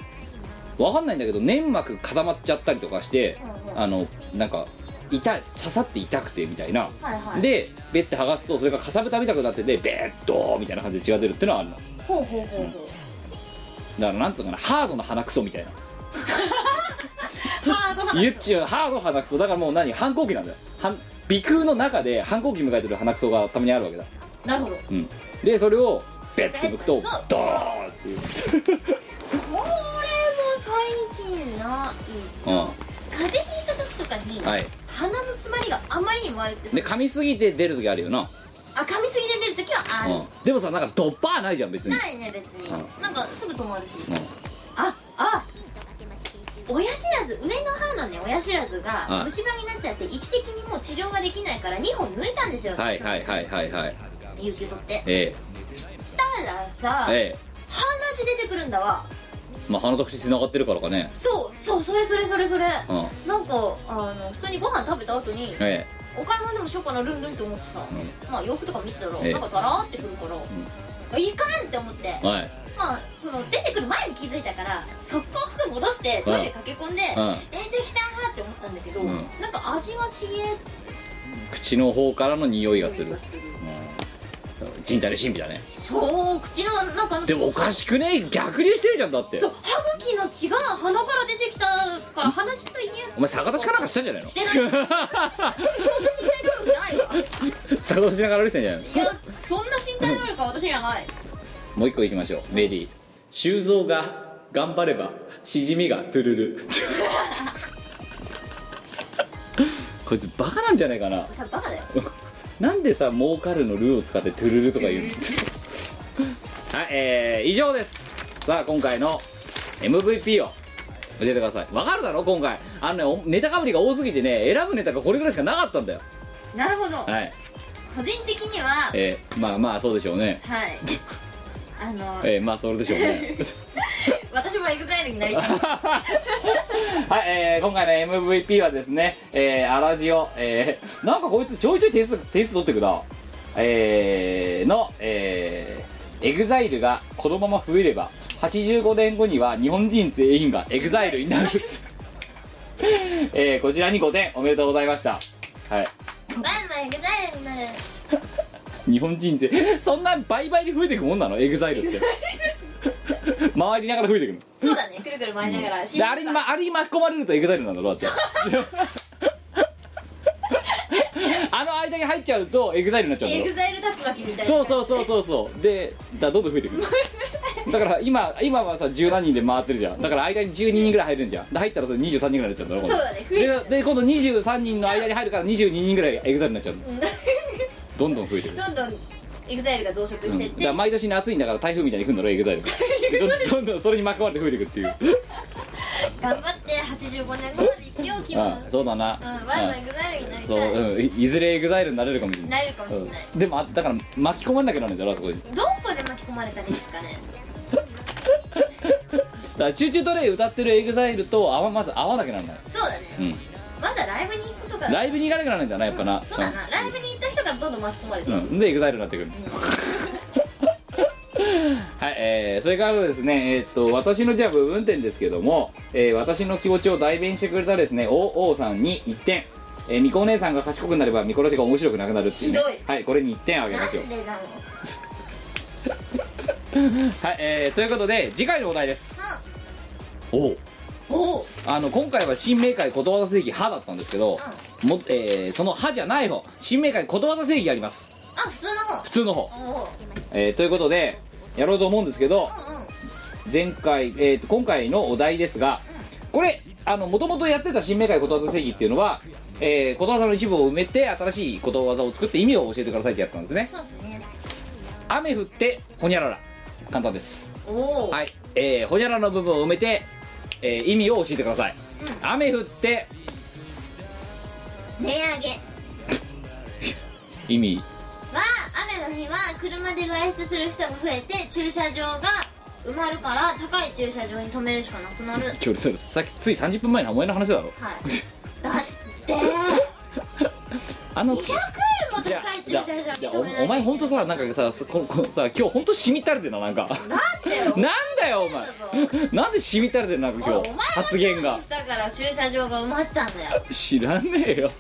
S1: わかんないんだけど粘膜固まっちゃったりとかして
S2: うんうん
S1: あのなんか痛い刺さって痛くてみたいな
S2: はいはい
S1: でベッて剥がすとそれがかさぶたみたくなっててベッドーみたいな感じで血が出るってのはあるのだか
S2: ほうほうほうほ
S1: らなんつうのかなハードな鼻くそみ たいな
S2: うハード話
S1: ゆっちゅうハード鼻くそだからもう何反抗期なんだよ反鼻腔の中で反抗期迎えてる鼻くそがたまにあるわけだ
S2: なるほど
S1: うんでそれをベッて剥くと
S2: ベッてそう
S1: ドーンっていう
S2: それも最近な
S1: う
S2: 風邪ひいた時とかに、
S1: んはい
S2: 鼻の詰まりがあまりにも悪くて
S1: で噛みすぎて出る時あるよな
S2: あ噛みすぎて出る時はある、
S1: うんでもさなんかドッパーないじゃん別に
S2: ないね別に、
S1: う
S2: なんかすぐ止まるし、
S1: うん
S2: ああ親知らず上の歯のね親知らず
S1: は
S2: が
S1: い
S2: 虫歯になっちゃって位置的にもう治療ができないから2本抜いたんですよ
S1: はいはいはいはいはい
S2: 有給取って
S1: え
S2: たらさ
S1: ええ
S2: 鼻血出てくるんだわ
S1: えまあ鼻と口つながってるからかね
S2: そうそうそれそれそれそれ
S1: うん
S2: なんかあの普通にご飯食べた後に
S1: え
S2: お買い物でもしようかなルンルンって思ってさ、
S1: う
S2: まあ洋服とか見てたら、
S1: ええ
S2: なんかダラーってくるから、いかんって思って、
S1: えはい
S2: まあその出てくる前に気づいたから速攻服戻してトイレ駆け込んで、
S1: う
S2: 出てきたーって思ったんだけど、
S1: うん
S2: なんか味は違え
S1: 口の方からの匂いがする
S2: 気がす
S1: う
S2: る
S1: ん人体で神秘だね
S2: そう口の中の
S1: でもおかしくね逆流してるじゃんだって
S2: そう歯茎の血が鼻から出てきたから鼻血と言え
S1: お前逆立ちかなんかしたんじゃないの
S2: してそんな身体能力ないわ
S1: 逆立ちながら歩いてたんじゃないの
S2: いやそんな身体能力は私にはない
S1: もう一個いきましょうレディー修造が頑張ればしじみがトゥルル こいつバカなんじゃないかな
S2: さバカだよ
S1: なんでさ儲かるのルーを使ってトゥルルとか言うのはいえー、以上ですさあ今回の MVP を教えてくださいわかるだろ今回あのねおネタかぶりが多すぎてね選ぶネタがこれぐらいしかなかったんだよ
S2: なるほど
S1: はい
S2: 個人的には
S1: えー、まあまあそうでしょうね
S2: はいあの
S1: えー、まあそれでしょうね
S2: 私もエグザイルになりたい
S1: はい、えー今回の MVP はですね、えー、アラジオ、えーなんかこいつちょいちょい点数点数取ってくな、えーの、えー、エグザイルがこのまま増えれば85年後には日本人全員がエグザイルになる、 えーこちらに5点おめでとうございましたはい
S2: バンバンエグザイルになる
S1: 日本人ってそんな倍々に増えていくもんなのエグザイルって 回りながら増えていくの
S2: そうだねくるくる回りながら新
S1: であれに、ま、あれに巻き込まれるとエグザイルなんだろうだって あの間に入っちゃうとエグザイルになっちゃうんだ
S2: エ
S1: ろ
S2: グザイル竜巻みたいな
S1: そうそうそうそうそうでだどんどん増えてくるだから今今はさ十何人で回ってるじゃんだから間に12人ぐらい入るんじゃんで入ったらそれ23人ぐらいになっちゃうんだろ
S2: そうだね増える
S1: でで今度23人の間に入るから22人ぐらいエグザイルになっちゃ うんだどんどん増えてくる
S2: どんどんエグザイルが増殖して
S1: うん
S2: って、
S1: だから毎年夏にだから台風みたいに来るんだろエグザイ ルどんどんそれに巻き込まれて増えてくっていう
S2: 頑張って85年後まで生きよう気分
S1: あそうだな
S2: うんワイワイエグザイルになり
S1: そう、
S2: たい
S1: うん、いいずれエグザイルになれるかもしれない
S2: なれるかもしれない、
S1: うんでもあだから巻き込まれなきゃならないんだろあそこにだ
S2: どこで巻き込まれたらいいですかね
S1: からチューチュートレイ歌ってるエグザイルとあわまず会わなきゃならない
S2: そうだね、
S1: うん
S2: まずはライブに行くことから
S1: ライブに行かなきゃならないんだなやっぱな
S2: そうだな、ライブに行った人からどんどん巻き込まれて
S1: う
S2: い
S1: ん
S2: く、
S1: うん、でエグザイルにな ってくるはいえー、それからですね、えーっと私のじゃあ部分点ですけども、えー私の気持ちを代弁してくれたですねおおさんに1点、えー、みこお姉さんが賢くなればみこらしが面白くなくなるっていう、ね、
S2: ひどい
S1: はいこれに1点あげ
S2: な
S1: ましょうん
S2: でなの
S1: はい、えー、ということで次回のお題です、おう
S2: おう
S1: あの今回は新明解ことわざ正義歯だったんですけど、もえーその歯じゃない方新明解ことわざ正義やります
S2: あ普通の方
S1: 普通の方、
S2: おう
S1: えーということでやろうと思うんですけど
S2: うんうん
S1: 前回、えーと今回のお題ですがこれもともとやってた新明解ことわざ正義っていうのは、えーことわざの一部を埋めて新しいことわざを作って意味を教えてくださいってやったんですね
S2: そうですね
S1: 雨降ってほにゃらら簡単です
S2: おお、
S1: はい、えー、ほにゃらの部分を埋めて、えー意味を教えてください、雨降って
S2: 値上げ
S1: 意味
S2: は雨の日は車で外出する人が増えて駐車場が埋まるから高い駐車場に止めるしかなくなる
S1: ちょそれさっきつい30分前のお前の話だろ
S2: はいだって200
S1: あの
S2: 円も
S1: じゃあ
S2: 高い駐車場
S1: じゃ
S2: に
S1: あお
S2: 止めない
S1: お前本当さなんかさそここさ今日本当しみたれてるななんか
S2: なんだよ
S1: なんだよお前なんでしみたれてるなんか
S2: ほら
S1: 今
S2: お
S1: 日
S2: 前が
S1: 発言が
S2: したから駐車場が埋まってたんだよ
S1: 知らねえよ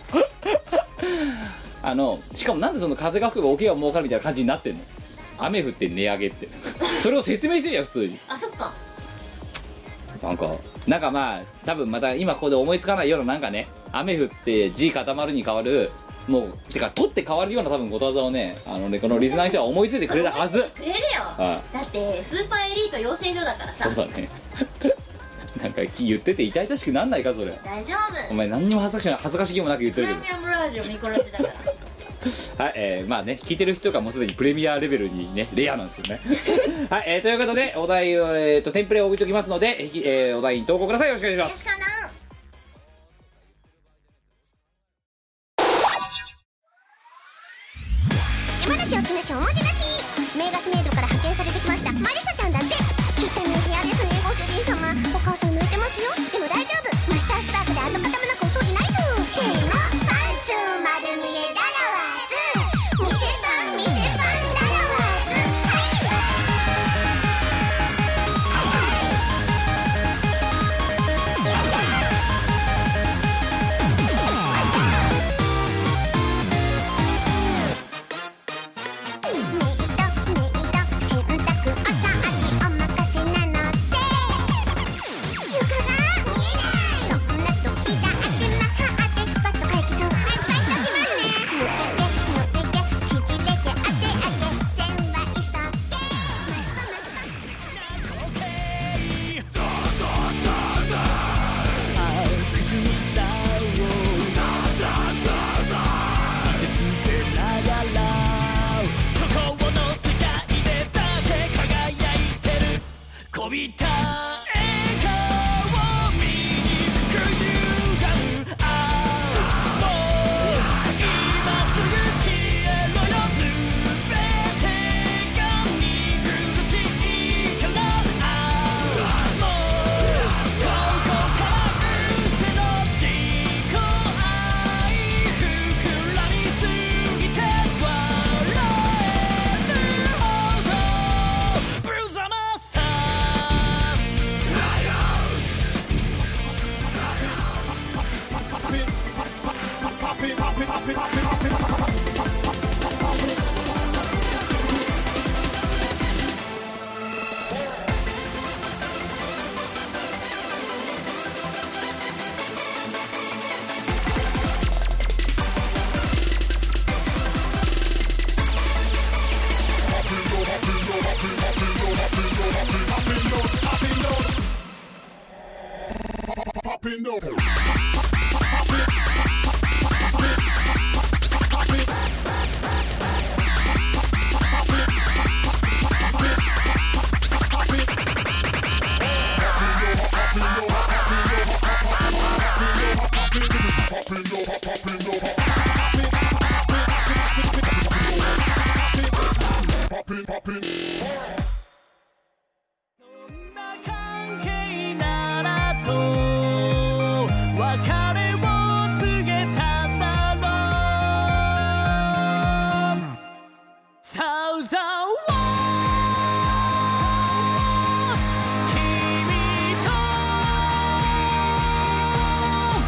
S1: あのしかもなんでその風が吹けば桶が儲かるみたいな感じになってんの雨降って値上げってそれを説明してるじゃん普通に
S2: あそっか
S1: なんかなんかまあ多分また今ここで思いつかないようななんかね雨降って地固まるに変わるもうてか取って変わるような多分ことわざをねあのねこのリスナーの人は思いついてくれたはず
S2: くれるよ
S1: あ
S2: だってスーパーエリート養成所だからさ
S1: そうだね なんか言ってて痛々しくなんないかそれ
S2: 大丈
S1: お
S2: 夫
S1: 前何にも恥ずかしくない恥ずかしげもなく言って
S2: プ
S1: るけ
S2: レ
S1: ど
S2: ミアムラジオミコラジだから
S1: はい、えーまあね、聞いてる人がもうすでにプレミアレベルにね、レアなんですけどね。 はい、えーということで、お題を、えーと、テンプレを置いておきますので、えーえーお題に投稿ください。よろしくお願いします。
S2: しかな
S3: 山梨を詰めちゃおもてなし名ガスメイドから派遣されてきましたマリサちゃんだって汚い部屋ですねご主人様お母さん泣いてますよでも大丈夫マスタースタートで跡形もなくお掃除ないぞせーのパンツ丸見えだらわず見せパン見せパンだらわずメイドメイド洗濯朝味お任せなので床が見えないそんな時だってマハアテスパッと解決ナイスナイスときますね抜けて抜けて縮れて当て当て全は急げマシパマシパ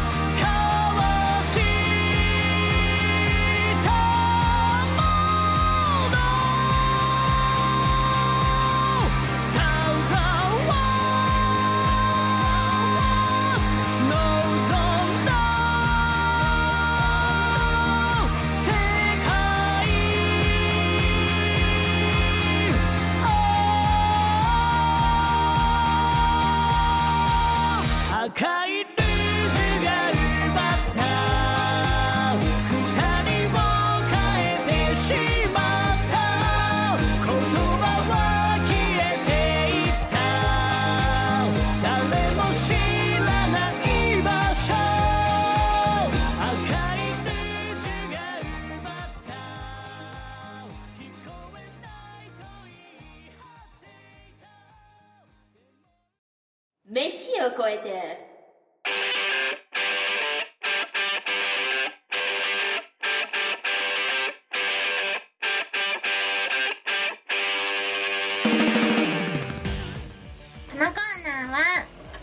S7: 「君と交わしたもの」
S8: 飯を超えて
S2: このコーナーは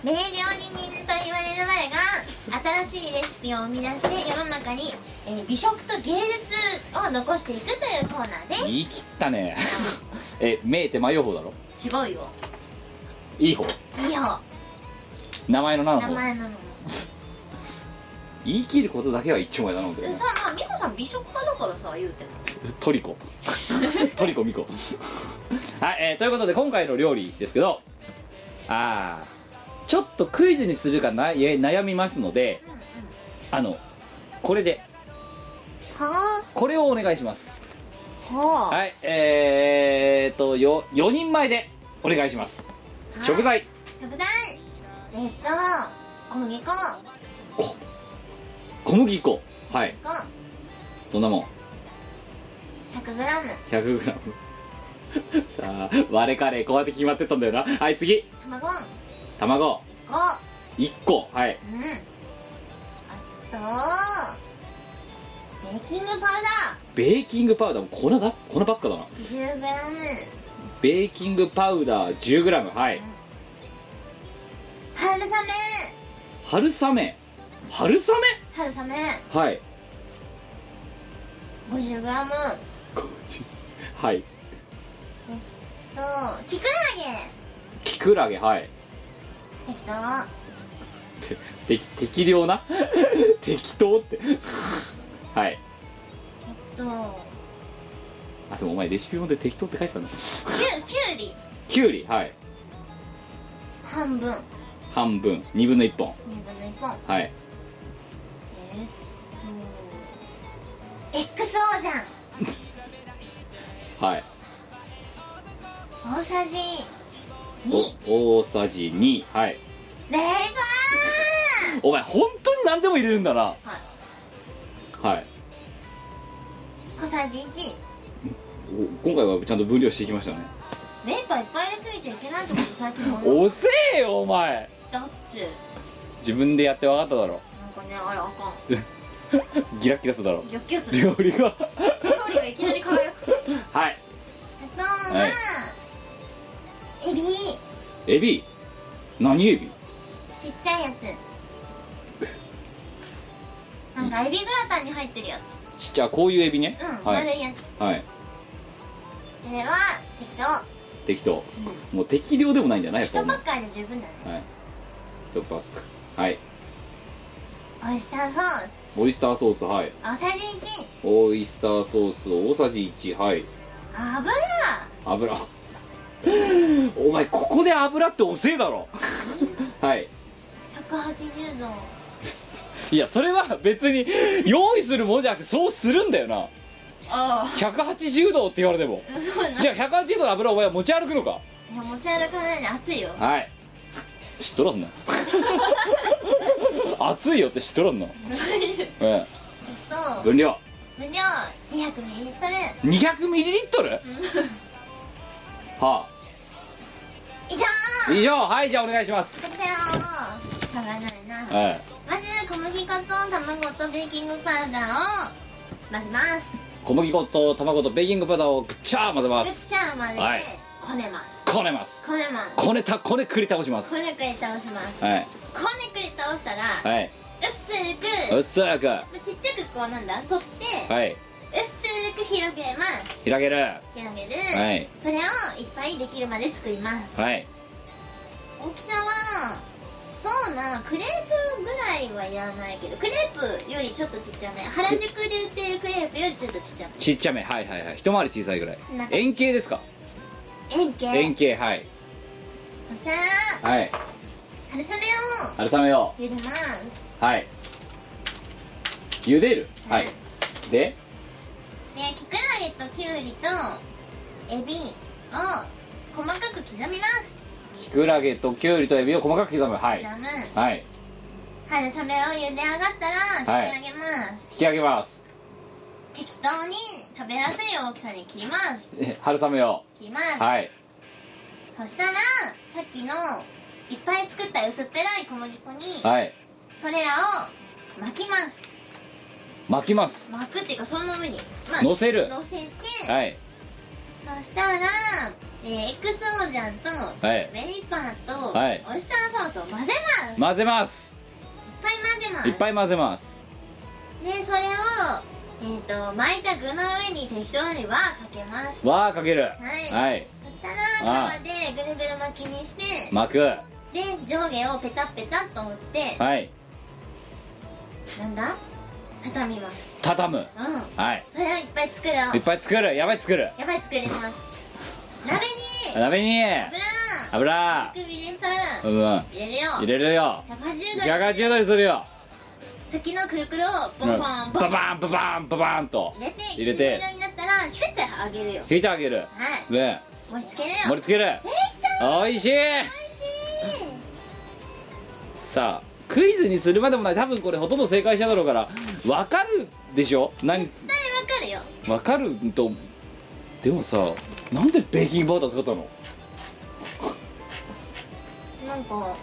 S2: 名料理人と言われる我が新しいレシピを生み出して世の中に、えー美食と芸術を残していくというコーナーです
S1: 言い切ったね え名って迷う方だろ
S2: 違うよ
S1: いい方
S2: いいよ
S1: 名前の名の
S2: 名
S1: 方
S2: 前なのに
S1: 言い切ることだけは一丁前だな思うけど
S2: え
S1: ね
S2: さまあ美子さん美食家だからさ言うても
S1: トリコ トリコミコはい、えーということで今回の料理ですけどあーちょっとクイズにするかなえ悩みますのであのこれで
S2: は
S1: これをお願いします
S2: あは
S1: はいえー、っとよ4人前でお願いします
S2: はい
S1: 食材
S2: 食材えっと小麦粉
S1: 小麦粉はい
S2: 粉
S1: どんなもん
S2: 100g
S1: 100g さ あ割れカレーこうやって決まってったんだよなはい次
S2: 卵
S1: 卵
S2: 5
S1: 1個はい
S2: うんあとベーキングパウダ
S1: ベーキングパウダーも粉だ粉ばっかだな
S2: ー 10g
S1: ベーキングパウダー 10g はい
S2: 春雨
S1: 春雨春雨
S2: 春雨
S1: はい
S2: 50g
S1: はい
S2: ときくらげ
S1: キクラゲはい
S2: 適当あ
S1: てて適量な 適当って はい
S2: と
S1: あでもお前レシピ本で適当って書いてたの
S2: きゅきゅうり
S1: きゅうりはい
S2: 半分
S1: 半分2分の1本
S2: 2分の1本
S1: はい
S2: えっと XO じゃん
S1: はい
S2: 大さじ2
S1: お大さじ2はい
S2: レバ
S1: お前本当に何でも入れるんだなはい、
S2: ー小さじ1
S1: お今回はちゃんと分量していきましたね
S2: レバーいっぱい入れすぎちゃいけないってこと最近思っ
S1: 遅えよお前
S2: たって
S1: 自分でやって分かっただろ
S2: なんかねあれあかん
S1: ギラッギラするだろ
S2: 逆境する
S1: 料理が
S2: 料理がいきなり輝く
S1: はい
S2: あとは、
S1: はい
S2: エビ
S1: エビ何エビ
S2: ちっちゃいやつなんかエビグラタンに入ってるやつ
S1: ちっちゃいこういうエビね、
S2: うん、
S1: は
S2: 丸
S1: い、
S2: いやつ
S1: はい、
S2: これは適当
S1: 適当、もう適量でもないんじゃないやっぱ
S2: 1パ
S1: は
S2: ックあれば十分だね
S1: い一パックはい
S2: オイスターソース
S1: オイスターソースはい
S2: 大さじ1
S1: オイスターソース大さじ1はい
S2: 油
S1: 油 お前ここで油って遅えだろはい
S2: 180度
S1: いやそれは別に用意するもんじゃなくてそうするんだよな
S2: あ
S1: 180度って言われても
S2: あそうな
S1: じゃあ180度の油をお前は持ち歩くのか
S2: いや持ち歩かないで熱いよ
S1: はい知っとら んな熱いよって知っとらんな、うん、
S2: と
S1: 分量
S2: 分量 200ml
S1: 200ミリリットルはあ
S2: 以上
S1: 以上はいじゃあお願いします
S2: 食べたよしょうがないな
S1: はい
S2: まず小麦粉と卵とベーキングパウダーを混ぜます
S1: 小麦粉と卵とベーキングパウダーをぐっちゃー混ぜま
S2: ぐっ
S1: す
S2: ちゃ混ぜて、
S1: はい
S2: こねます
S1: こねます
S2: こねます
S1: こねたこねくり倒しま
S2: こ
S1: す
S2: ねくり倒します
S1: はい
S2: こねくり倒したら、
S1: はい
S2: 薄く
S1: うっすらくは
S2: まあちっちゃくこうなんだ取って、
S1: い
S2: 薄く広げます
S1: 開けるは
S2: 広げる、
S1: はい
S2: それをいっぱいできるまで作ります
S1: い
S2: 大きさはそうなクレープぐらいはやらないけどクレープよりちょっとちっちゃめ原宿で売ってるクレープよりちょっとちっちゃ
S1: ちっちゃめはいはいはい一回り小さいぐらい
S2: なんか
S1: 円形ですか
S2: め円形
S1: 円形はい
S2: そしたら
S1: はい
S2: 春雨を
S1: 改めよ
S2: 茹でます
S1: うはい茹でるはい
S2: で
S1: で
S2: きくらげときゅうりとエビを細かく刻みます
S1: きくらげときゅうりとエビを細かく刻むはい
S2: 刻む
S1: はい
S2: 春雨を茹で上がったら引き上げます、
S1: 引き上げます
S2: 適当に食べやすい大きさに切ります
S1: え春雨を
S2: 切ります
S1: はい
S2: そしたらさっきのいっぱい作った薄っぺらい小麦粉に
S1: はい
S2: それらを巻きます
S1: 巻きます
S2: 巻くっていうかその上にま
S1: 乗せる
S2: 乗せて、
S1: はい
S2: そしたら、えー、エクソージャンと、
S1: はい
S2: メリパーと、
S1: はい
S2: オイスターソースを混ぜます、いっ
S1: 混ぜます
S2: ぱい混ぜます
S1: いっぱい混ぜます
S2: でそれをえっ、と巻いた具の上に適当に輪かけます
S1: わーかける
S2: い
S1: はい
S2: そしたら束でぐるぐる巻きにして
S1: 巻く
S2: で上下をペタッペタッと折って
S1: はい
S2: なんだ畳みます
S1: 畳む
S2: うん
S1: はい
S2: それをいっぱい作ろう
S1: いっぱい作るやばい作る
S2: やばい作ります鍋に
S1: 鍋に
S2: 油
S1: 油
S2: 首入れ
S1: う
S2: た
S1: んうん
S2: 入れるよ
S1: 入れるよ
S2: 180度
S1: じゃが10ドルするよ
S2: 先のくるくるをポ
S1: うん
S2: ンポン
S1: バ
S2: ポン
S1: バンババンババンと
S2: 入れて
S1: 入
S2: き
S1: れ
S2: つ
S1: て
S2: ね色になったらヒュッてあげるよ
S1: 引いてあげる
S2: はい
S1: ね
S2: 盛り付ける
S1: 盛
S2: よ
S1: り付ける
S2: できた
S1: おいしい
S2: 美味しい
S1: さあクイズにするまでもない多分これほとんど正解者だろうからわかるでしょ何
S2: 絶対わかるよ
S1: わかるとでもさなんでベーキングバウダー使ったの
S2: なんか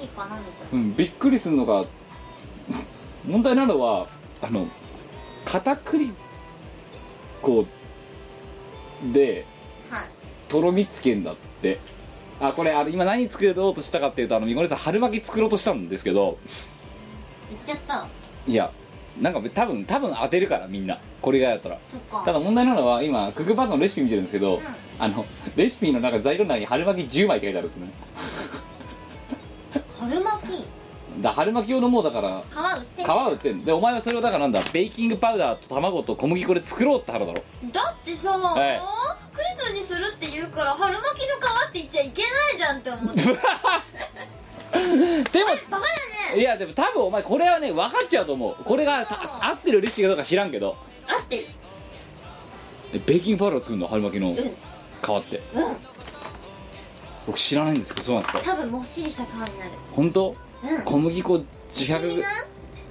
S2: いいかなみたい
S1: うんびっくりするのが問題なのはあの片栗粉で
S2: なはい
S1: とろみつけんだってあこれあの今何作ろうとしたかっていうとあのみごねさん春巻き作ろうとしたんですけど
S2: 言っちゃった
S1: いやなんか多分多分当てるからみんなこれがやったら
S2: とか
S1: ただ問題なのは今クックパッドのレシピ見てるんですけど、
S2: ん
S1: あのレシピの中材料欄に春巻き10枚って書いてあるんですね
S2: 春巻き
S1: だ春巻き用のもうだから
S2: 皮売ってる
S1: 皮売ってんのでお前はそれをだからなんだベーキングパウダーと卵と小麦粉で作ろうって腹だろ
S9: だってさ、
S1: い
S9: クイズにするって言うから春巻きの皮って言っちゃいけないじゃんって思って
S1: でもいやでも多分お前これはね分かっちゃうと思うこれがた合ってるレシピかどうか知らんけど
S2: 合ってる
S1: えベーキングパウダー作るの春巻きの皮って、
S2: うん
S1: 僕知らないんですけどそうなんですか
S2: 多分もっちりした皮になる
S1: 本当
S2: うん
S1: 小麦粉100
S2: みんな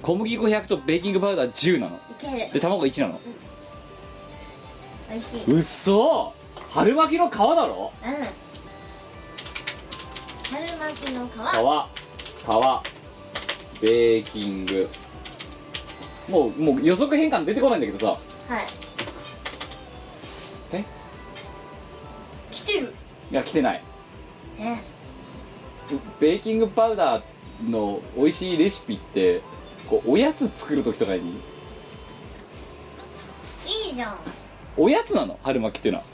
S1: 小麦粉100とベーキングパウダー10なの
S2: いける
S1: で卵1なの
S2: 美味しいう
S1: っそ春巻きの皮だろ
S2: ん春巻きの皮
S1: 皮皮ベーキングもうもう予測変換出てこないんだけどさ
S2: はい
S9: 来てる
S1: いや来てない
S2: ね
S1: ベーキングパウダーの美味しいレシピってこうおやつ作る時とかに
S2: いいじゃん
S1: おやつなの春巻きってのは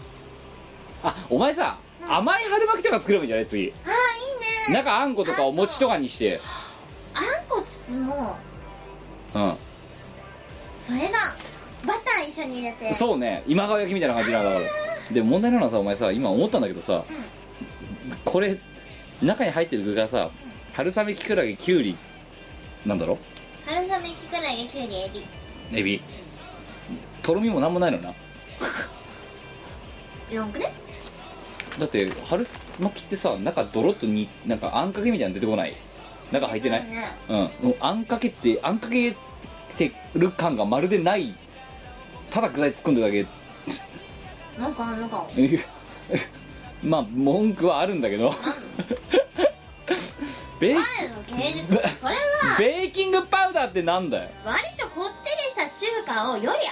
S1: あお前さ、甘い春巻きとか作ればいいんじゃない次
S2: ああいいね
S1: 中あんことかお餅とかにして
S2: あんこ包もう
S1: うん
S2: それだバター一緒に入れて
S1: そうね今川焼きみたいな感じなんだからで問題なのはさお前さ今思ったんだけどさ、これ中に入ってる具がさ春雨きくらげきゅうりなんだろ
S2: 春雨きくらげきゅうりエビ
S1: エビとろみもなんもないのな
S2: いらんくね
S1: だって春巻きってさ中ドロッとになんかあんかけみたいなの出てこない中入ってない、
S2: ね
S1: うんもうあんかけってあんかけてる感がまるでないただ具材突っ込んでるだけ
S2: なんかなんか
S1: え まあ文句はあるんだけど ベー
S2: 彼の芸術それは
S1: ベーキングパウダーってなんだよ
S2: 割とこってりした中華をよりあっさ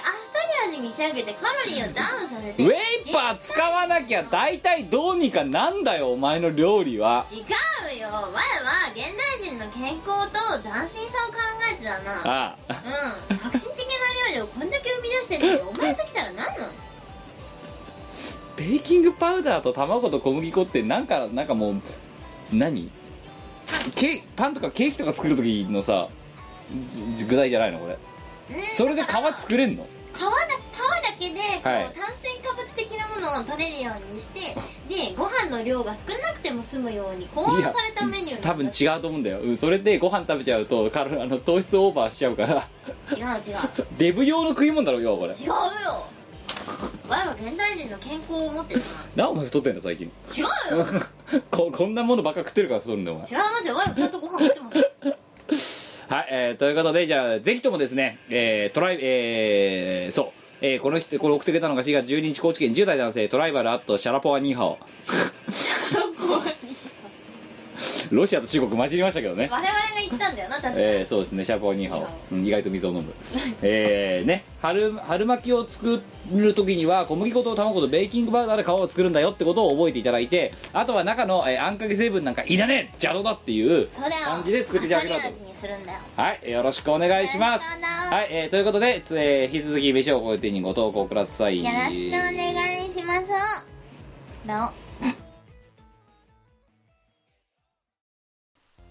S2: り味に仕上げてカロリーをダウンさせ
S1: ウ
S2: て
S1: ェイパー使わなきゃ大体どうにかなんだよお前の料理は
S2: 違うよ我は現代人の健康と斬新さを考えてたな
S1: ああ
S2: うん革新的な料理をこんだけ生み出してるのにお前ときたら何なの
S1: ベーキングパウダーと卵と小麦粉ってなんかなんかもう何ケーパンとかケーキとか作る時のさじじ具材じゃないのこれそれで皮作れんの
S2: 皮だ皮だけでこう、
S1: はい
S2: 炭水化物的なものを取れるようにしてでご飯の量が少なくても済むように考案されたメニューなんだ
S1: 多分違うと思うんだようんそれでご飯食べちゃうとカロあの糖質オーバーしちゃうから
S2: 違う違う
S1: デブ用の食い物だろよこれ
S2: 違うよ我は現代人の健康を持ってる
S1: なお前太ってんだ最近
S2: な違うよ
S1: ここんなものばっか食ってるから太るんだよお前
S2: 違いますよ我はちゃんとご飯食ってますよ
S1: はい、えーということでじゃあぜひともですねえートライえーそうえーこの人これ送ってくれたのが4月12日高知県10代男性トライバルアットシャラポワニーハオロシアと中国混じりましたけどね
S2: 我々が言ったんだよな確かに、
S1: えー、そうですねシャーポーニーハオ、うん、意外と水を飲むえーね春春巻きを作る時には小麦粉と卵とベーキングパウダーで皮を作るんだよってことを覚えていただいてあとは中の、えーあんかけ成分なんかいらねえ邪道だっていう
S3: それを
S1: 感じで作っていただけた
S3: あ
S1: ら
S3: っ
S1: と
S3: さり味にするんだよ
S1: はいよろしくお願いします
S3: よろしくな
S1: はい、えーということで、つえー引き続き飯を超えてにご投稿ください
S3: よろしくお願いしますどう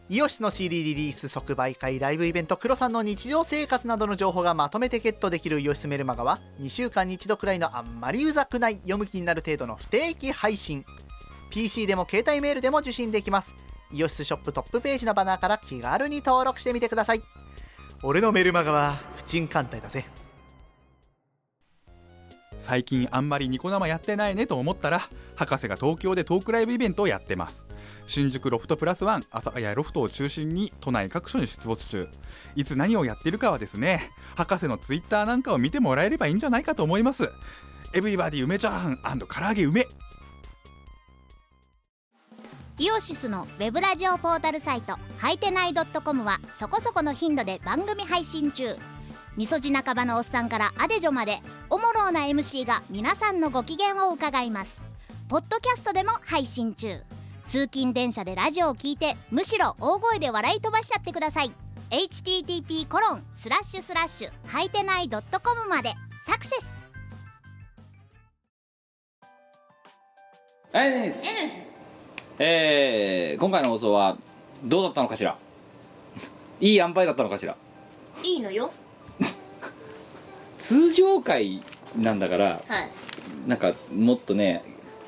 S10: イオシスの CD リリース即売会ライブイベントクロさんの日常生活などの情報がまとめてゲットできるイオシスメルマガは2週間に1度くらいのあんまりうざくない読む気になる程度の不定期配信 PC でも携帯メールでも受信できますイオシスショップトップページのバナーから気軽に登録してみてください俺のメルマガは不沈艦隊だぜ
S5: 最近あんまりニコ生やってないねと思ったら博士が東京でトークライブイベントをやってます新宿ロフトプラスワン朝早ロフトを中心に都内各所に出没中いつ何をやってるかはですね博士のツイッターなんかを見てもらえればいいんじゃないかと思いますエブリバディ梅チャーハン唐揚げ梅
S3: イオシスのウェブラジオポータルサイト「はいてない .com」はそこそこの頻度で番組配信中みそじ半ばのおっさんからアデジョまでおもろうな MC が皆さんのご機嫌を伺いますポッドキャストでも配信中通勤電車でラジオを聞いてむしろ大声で笑い飛ばしちゃってください http コロンスラッシュスラッシュはいてない .com までサクセス
S1: はいねですえー、今回の放送はどうだったのかしら いい塩梅だったのかしら
S2: いいのよ
S1: 通常回なんだから
S2: はい
S1: なんかもっとね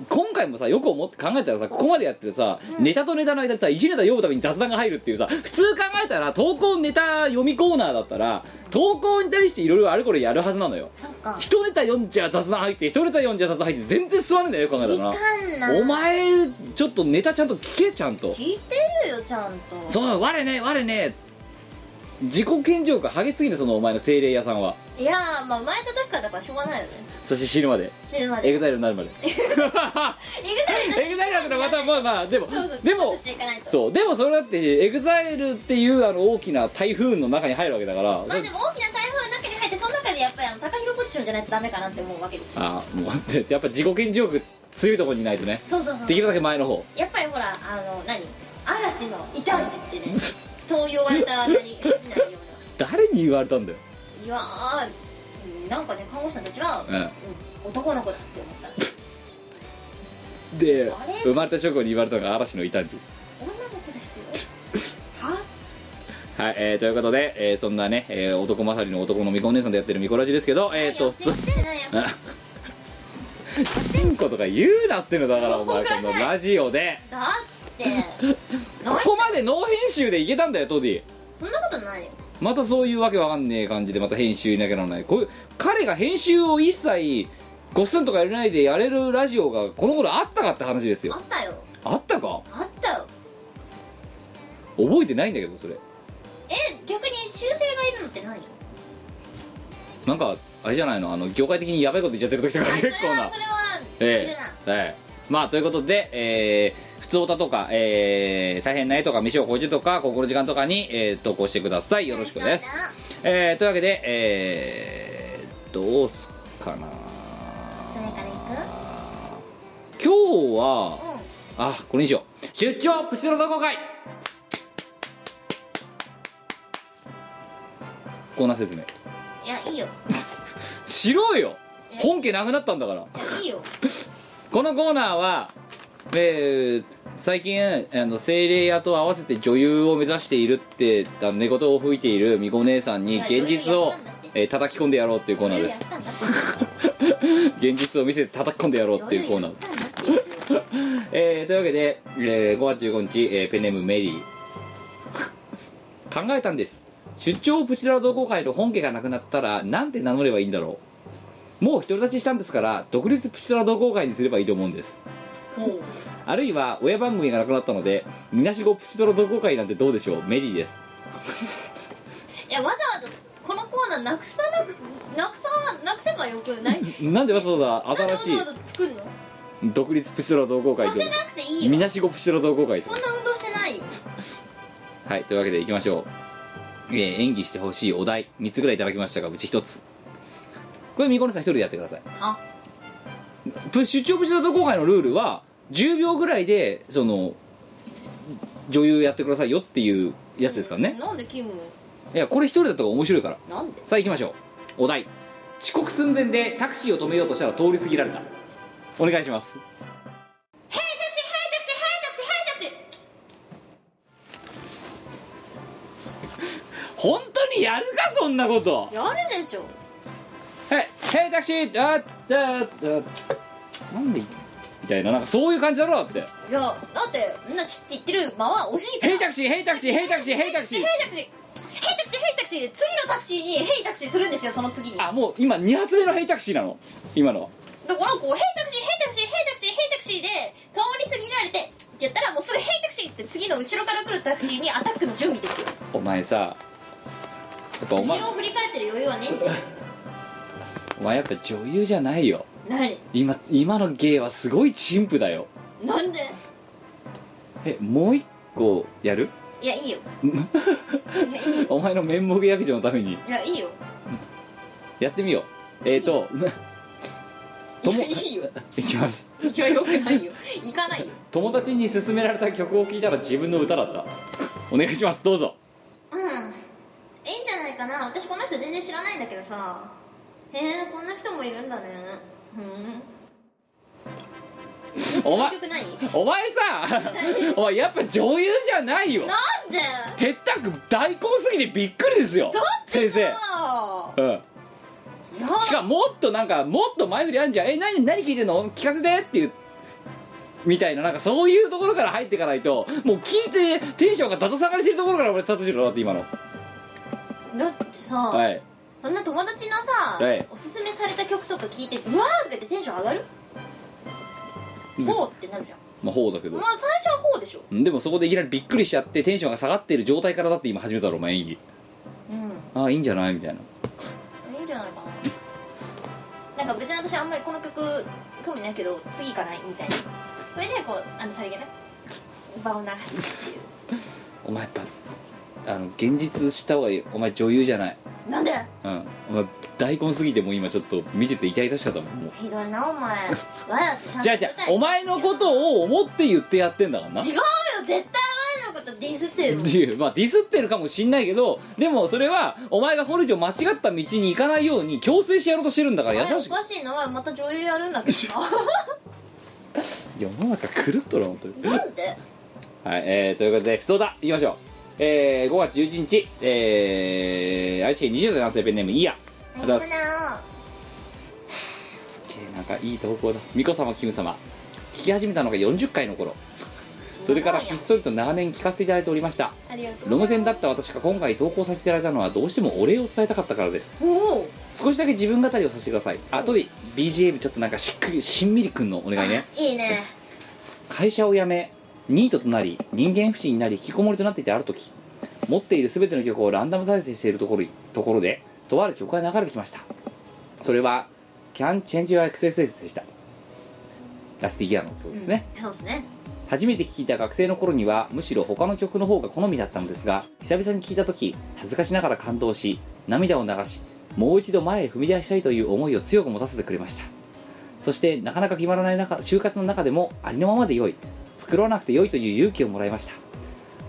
S1: 今回もさよく思って考えたらさここまでやってるさ、ネタとネタの間でさ1ネタ読むために雑談が入るっていうさ普通考えたら投稿ネタ読みコーナーだったら投稿に対していろいろあれこれやるはずなのよ
S3: そっか
S1: 一ネタ読んじゃ雑談入って一ネタ読んじゃ雑談入って全然すまねえんだよよく考えたら
S3: ん
S1: なお前ちょっとネタちゃんと聞けちゃんと
S2: 聞いてるよちゃんと
S1: そう我ね我ね自己顕示欲ハゲすぎるそのお前の精霊屋さんはい
S2: やーまあ生まれた時からだからしょうがないよね
S1: そして死ぬまで
S2: 死ぬまで
S1: エグザイルになるま でエグザイルだったらまたまあまあでもでも
S2: していかないと
S1: そうでもそれだってエグザイルっていうあの大きな台風の中に入るわけだから
S2: まあでも大きな台風の中に入ってその中でやっぱりあの高広ポジションじゃないとダメかなって思うわけですよ
S1: あもうでやっぱ自己顕示欲強いところにいないとね
S2: そうそうそう
S1: できるだけ前の方
S2: やっぱりほらあの何嵐の異端児っ てねそう言われた何恥じないような
S1: 誰に言われたんだよ、
S2: いやーなんかね看護師さんたちは、
S1: う
S2: うん男の子だって思ったらしい
S1: ん、で
S2: あれ
S1: 生まれた直後に言われたのが嵐の異端児
S2: 女の子ですよは
S1: はい、えー、ということで、えーそんなね、えー男勝りの男のみこお姉さんとやってるみこラジですけど えっ、ー、と
S2: ついてないよ
S1: あ チンコとか言うなってのだからお前このラジオで
S2: だって何
S1: ここまでノー編集でいけたんだよトディ
S2: そんなことないよ
S1: またそういうわけわかんねえ感じでまた編集いなきゃならないこういう彼が編集を一切ごっそんとかやれないでやれるラジオがこの頃あったかって話です
S2: あ
S1: よ
S2: ったよ
S1: あったか
S2: あったよ
S1: 覚えてないんだけどそれ
S2: え逆に修正がいるのって何
S1: なんかあれじゃないのあの業界的にやばいこと言っちゃってる時とか
S2: あそ
S1: 結
S2: れ
S1: 構な
S2: はそれはいる
S1: え
S2: な、
S1: えええまあということで、えー、普通歌とか、えー、大変な絵とか飯を超えてとか心の時間とかに、えー投稿してくださいよろしくです、えーというわけで、えー、どうすっかな
S3: 誰から行
S1: 今日は、あこれにしよう出張プチドラ同好会こんな説明
S2: いやいいよ
S1: しろよ
S2: え
S1: 本家なくなったんだから
S2: いいよ
S1: このコーナーは、えー最近あの精霊屋と合わせて女優を目指しているってあの寝言を吹いているみこ姉さんに
S2: じゃあ女優
S1: 現実を
S2: やったんだって、
S1: えー叩き込んでやろうっていうコーナーです
S2: 女優やったんだって
S1: 現実を見せて叩き込んでやろうっていうコーナー
S2: 女優やったんだって別に
S1: えーというわけで、えー5月15日、えーペンネームメリー考えたんです出張プチドラ同好会の本家がなくなったらなんて名乗ればいいんだろうもう独り立ちしたんですから独立プチドラ同好会にすればいいと思うんですあるいは親番組がなくなったのでみなしごプチドラ同好会なんてどうでしょうメリーです
S2: いやわざわざこのコーナーなくさなくなくさなくせばよくない
S1: なんでわざわざ
S2: なん
S1: 新
S2: でわ
S1: し
S2: ざ
S1: い
S2: わざ作るの
S1: 独立プチドラ同好会
S2: さ
S1: と
S2: せなくていい
S1: み
S2: よ
S1: なしごプチドラ同好会と
S2: そんな運動してない
S6: ないよ
S1: はいというわけでいきましょう、えー演技してほしいお題3つぐらいいただきましたがうち1つこれみこねさん一人でやってください
S2: あ
S1: プッシュ出張プッシュ同好会のルールは10秒ぐらいでその女優やってくださいよっていうやつですからね
S2: なんでキム
S1: いやこれ一人だと面白いから
S2: なんで
S1: さあ行きましょうお題遅刻寸前でタクシーを止めようとしたら通り過ぎられたお願いします
S2: ヘイタクシーヘイタクシーヘイタクシーヘイタクシー
S1: 本当にやるかそんなこと
S2: やるでしょ
S1: はいヘイタクシーあっだっなんでみたいななんかそういう感じだろだって
S2: いやだってみんなちって言ってる間は惜しいから
S1: ヘイタクシーヘイタクシーヘイタクシーヘイタクシ
S2: ヘ
S1: ー
S2: イタクシーヘイタクシーヘイタクシーで次のタクシーにヘイタクシーするんですよその次にだか
S1: あもう今2発目のヘイタクシーなの今のは
S2: らこうヘイタクシーヘイタクシーヘイタクシーヘイタクシーで通り過ぎられてってやったらもうすぐヘイタクシーって次の後ろから来るタクシーにアタックの準備ですよ
S1: お前さやっぱお
S2: 後
S1: 前
S2: ろを振り返ってる余裕はねえんだよ
S1: お前やっぱ女優じゃないよ
S2: 何
S1: 今今の芸はすごい陳腐だよ
S2: なんで
S1: えもう一個やる
S2: いやいい よいやいいよ
S1: お前の面目役所のために
S2: いやいいよ
S1: やってみようえっ、ー、とと
S2: いや
S1: も
S2: いいよ
S1: いきます
S2: いやよくないよ行かないよ
S1: 友達に勧められた曲を聴いたら自分の歌だったお願いしますどうぞ
S2: うんいいんじゃないかな私この人全然知らないんだけどさへえこんな人もいるんだねふん
S1: お前
S2: その曲何
S1: お前さお前やっぱ女優じゃないよ
S2: なんで
S1: へったく大根すぎてびっくりですよ
S2: だって
S1: 先生
S2: さ
S1: うん
S2: いや
S1: しかももっとなんかもっと前振りあんじゃん「え何何聞いてんの聞かせて」っていうみたいななんかそういうところから入っていかないともう聞いてテンションがだだ下がりしてるところから俺スタートしてるのだって今の
S2: だってさ、
S1: はい
S2: そんな友達のさ、
S1: はい
S2: おすすめされた曲とか聞いてうわーとか言ってテンション上がる、
S1: うん
S2: ほうってなるじゃん
S1: まあほうだけど
S2: まあ最初はほうでしょ
S1: うんでもそこでいきなりびっくりしちゃってテンションが下がってる状態からだって今始めたろお前演技
S2: うん
S1: ああいいんじゃないみたいない
S2: いんじゃないかななんか別に私あんまりこの曲興味ないけど次行かないみたいなそれでこうあのさりげなく場を流すっ
S1: お前やっぱあの現実した方がいいお前女優じゃない
S2: ていうなんで
S1: うんお前大根すぎてもう今ちょっと見てて痛々しかったもんもう
S2: ひどいなお前わだってちゃんと
S1: じゃあじゃあお前のことを思って言ってやってんだからな
S2: 違うよ絶対わだのことディスってるもん
S1: いやまあディスってるかもしんないけどでもそれはお前が掘る以上間違った道に行かないように強制してやろうとしてるんだか
S2: あ
S1: ら
S2: れ
S1: 優
S2: お
S1: しく
S2: かしいのはまた女優やるんだけ
S1: 世の中狂っとる本当に
S2: どなんで
S1: はい、えー、ということで太田いきましょうえー、5月11日えー、愛知県20代男性ペンネームいいやありがとうございますすっげえなんかいい投稿だ美子様キム様聞き始めたのが40回の頃それからひっそりと長年聞かせていただいておりました
S2: ありがとう
S1: ロム線だった私が今回投稿させていただいたのはどうしてもお礼を伝えたかったからです
S2: おお
S1: 少しだけ自分語りをさせてくださいあとで BGM ちょっとなんかしっくりしんみりくんのお願いね
S2: いいね
S1: 会社を辞めニートとなり人間不信になり引きこもりとなっていてある時持っている全ての曲をランダム再生しているところところでとある曲が流れてきましたそれは「Can Change Your XSS」でしたラスティギアの曲ですね、
S2: うんそうですね
S1: 初めて聴いた学生の頃にはむしろ他の曲の方が好みだったのですが久々に聴いた時恥ずかしながら感動し涙を流しもう一度前へ踏み出したいという思いを強く持たせてくれましたそしてなかなか決まらない中就活の中でもありのままで良い作らなくて良いという勇気をもらいました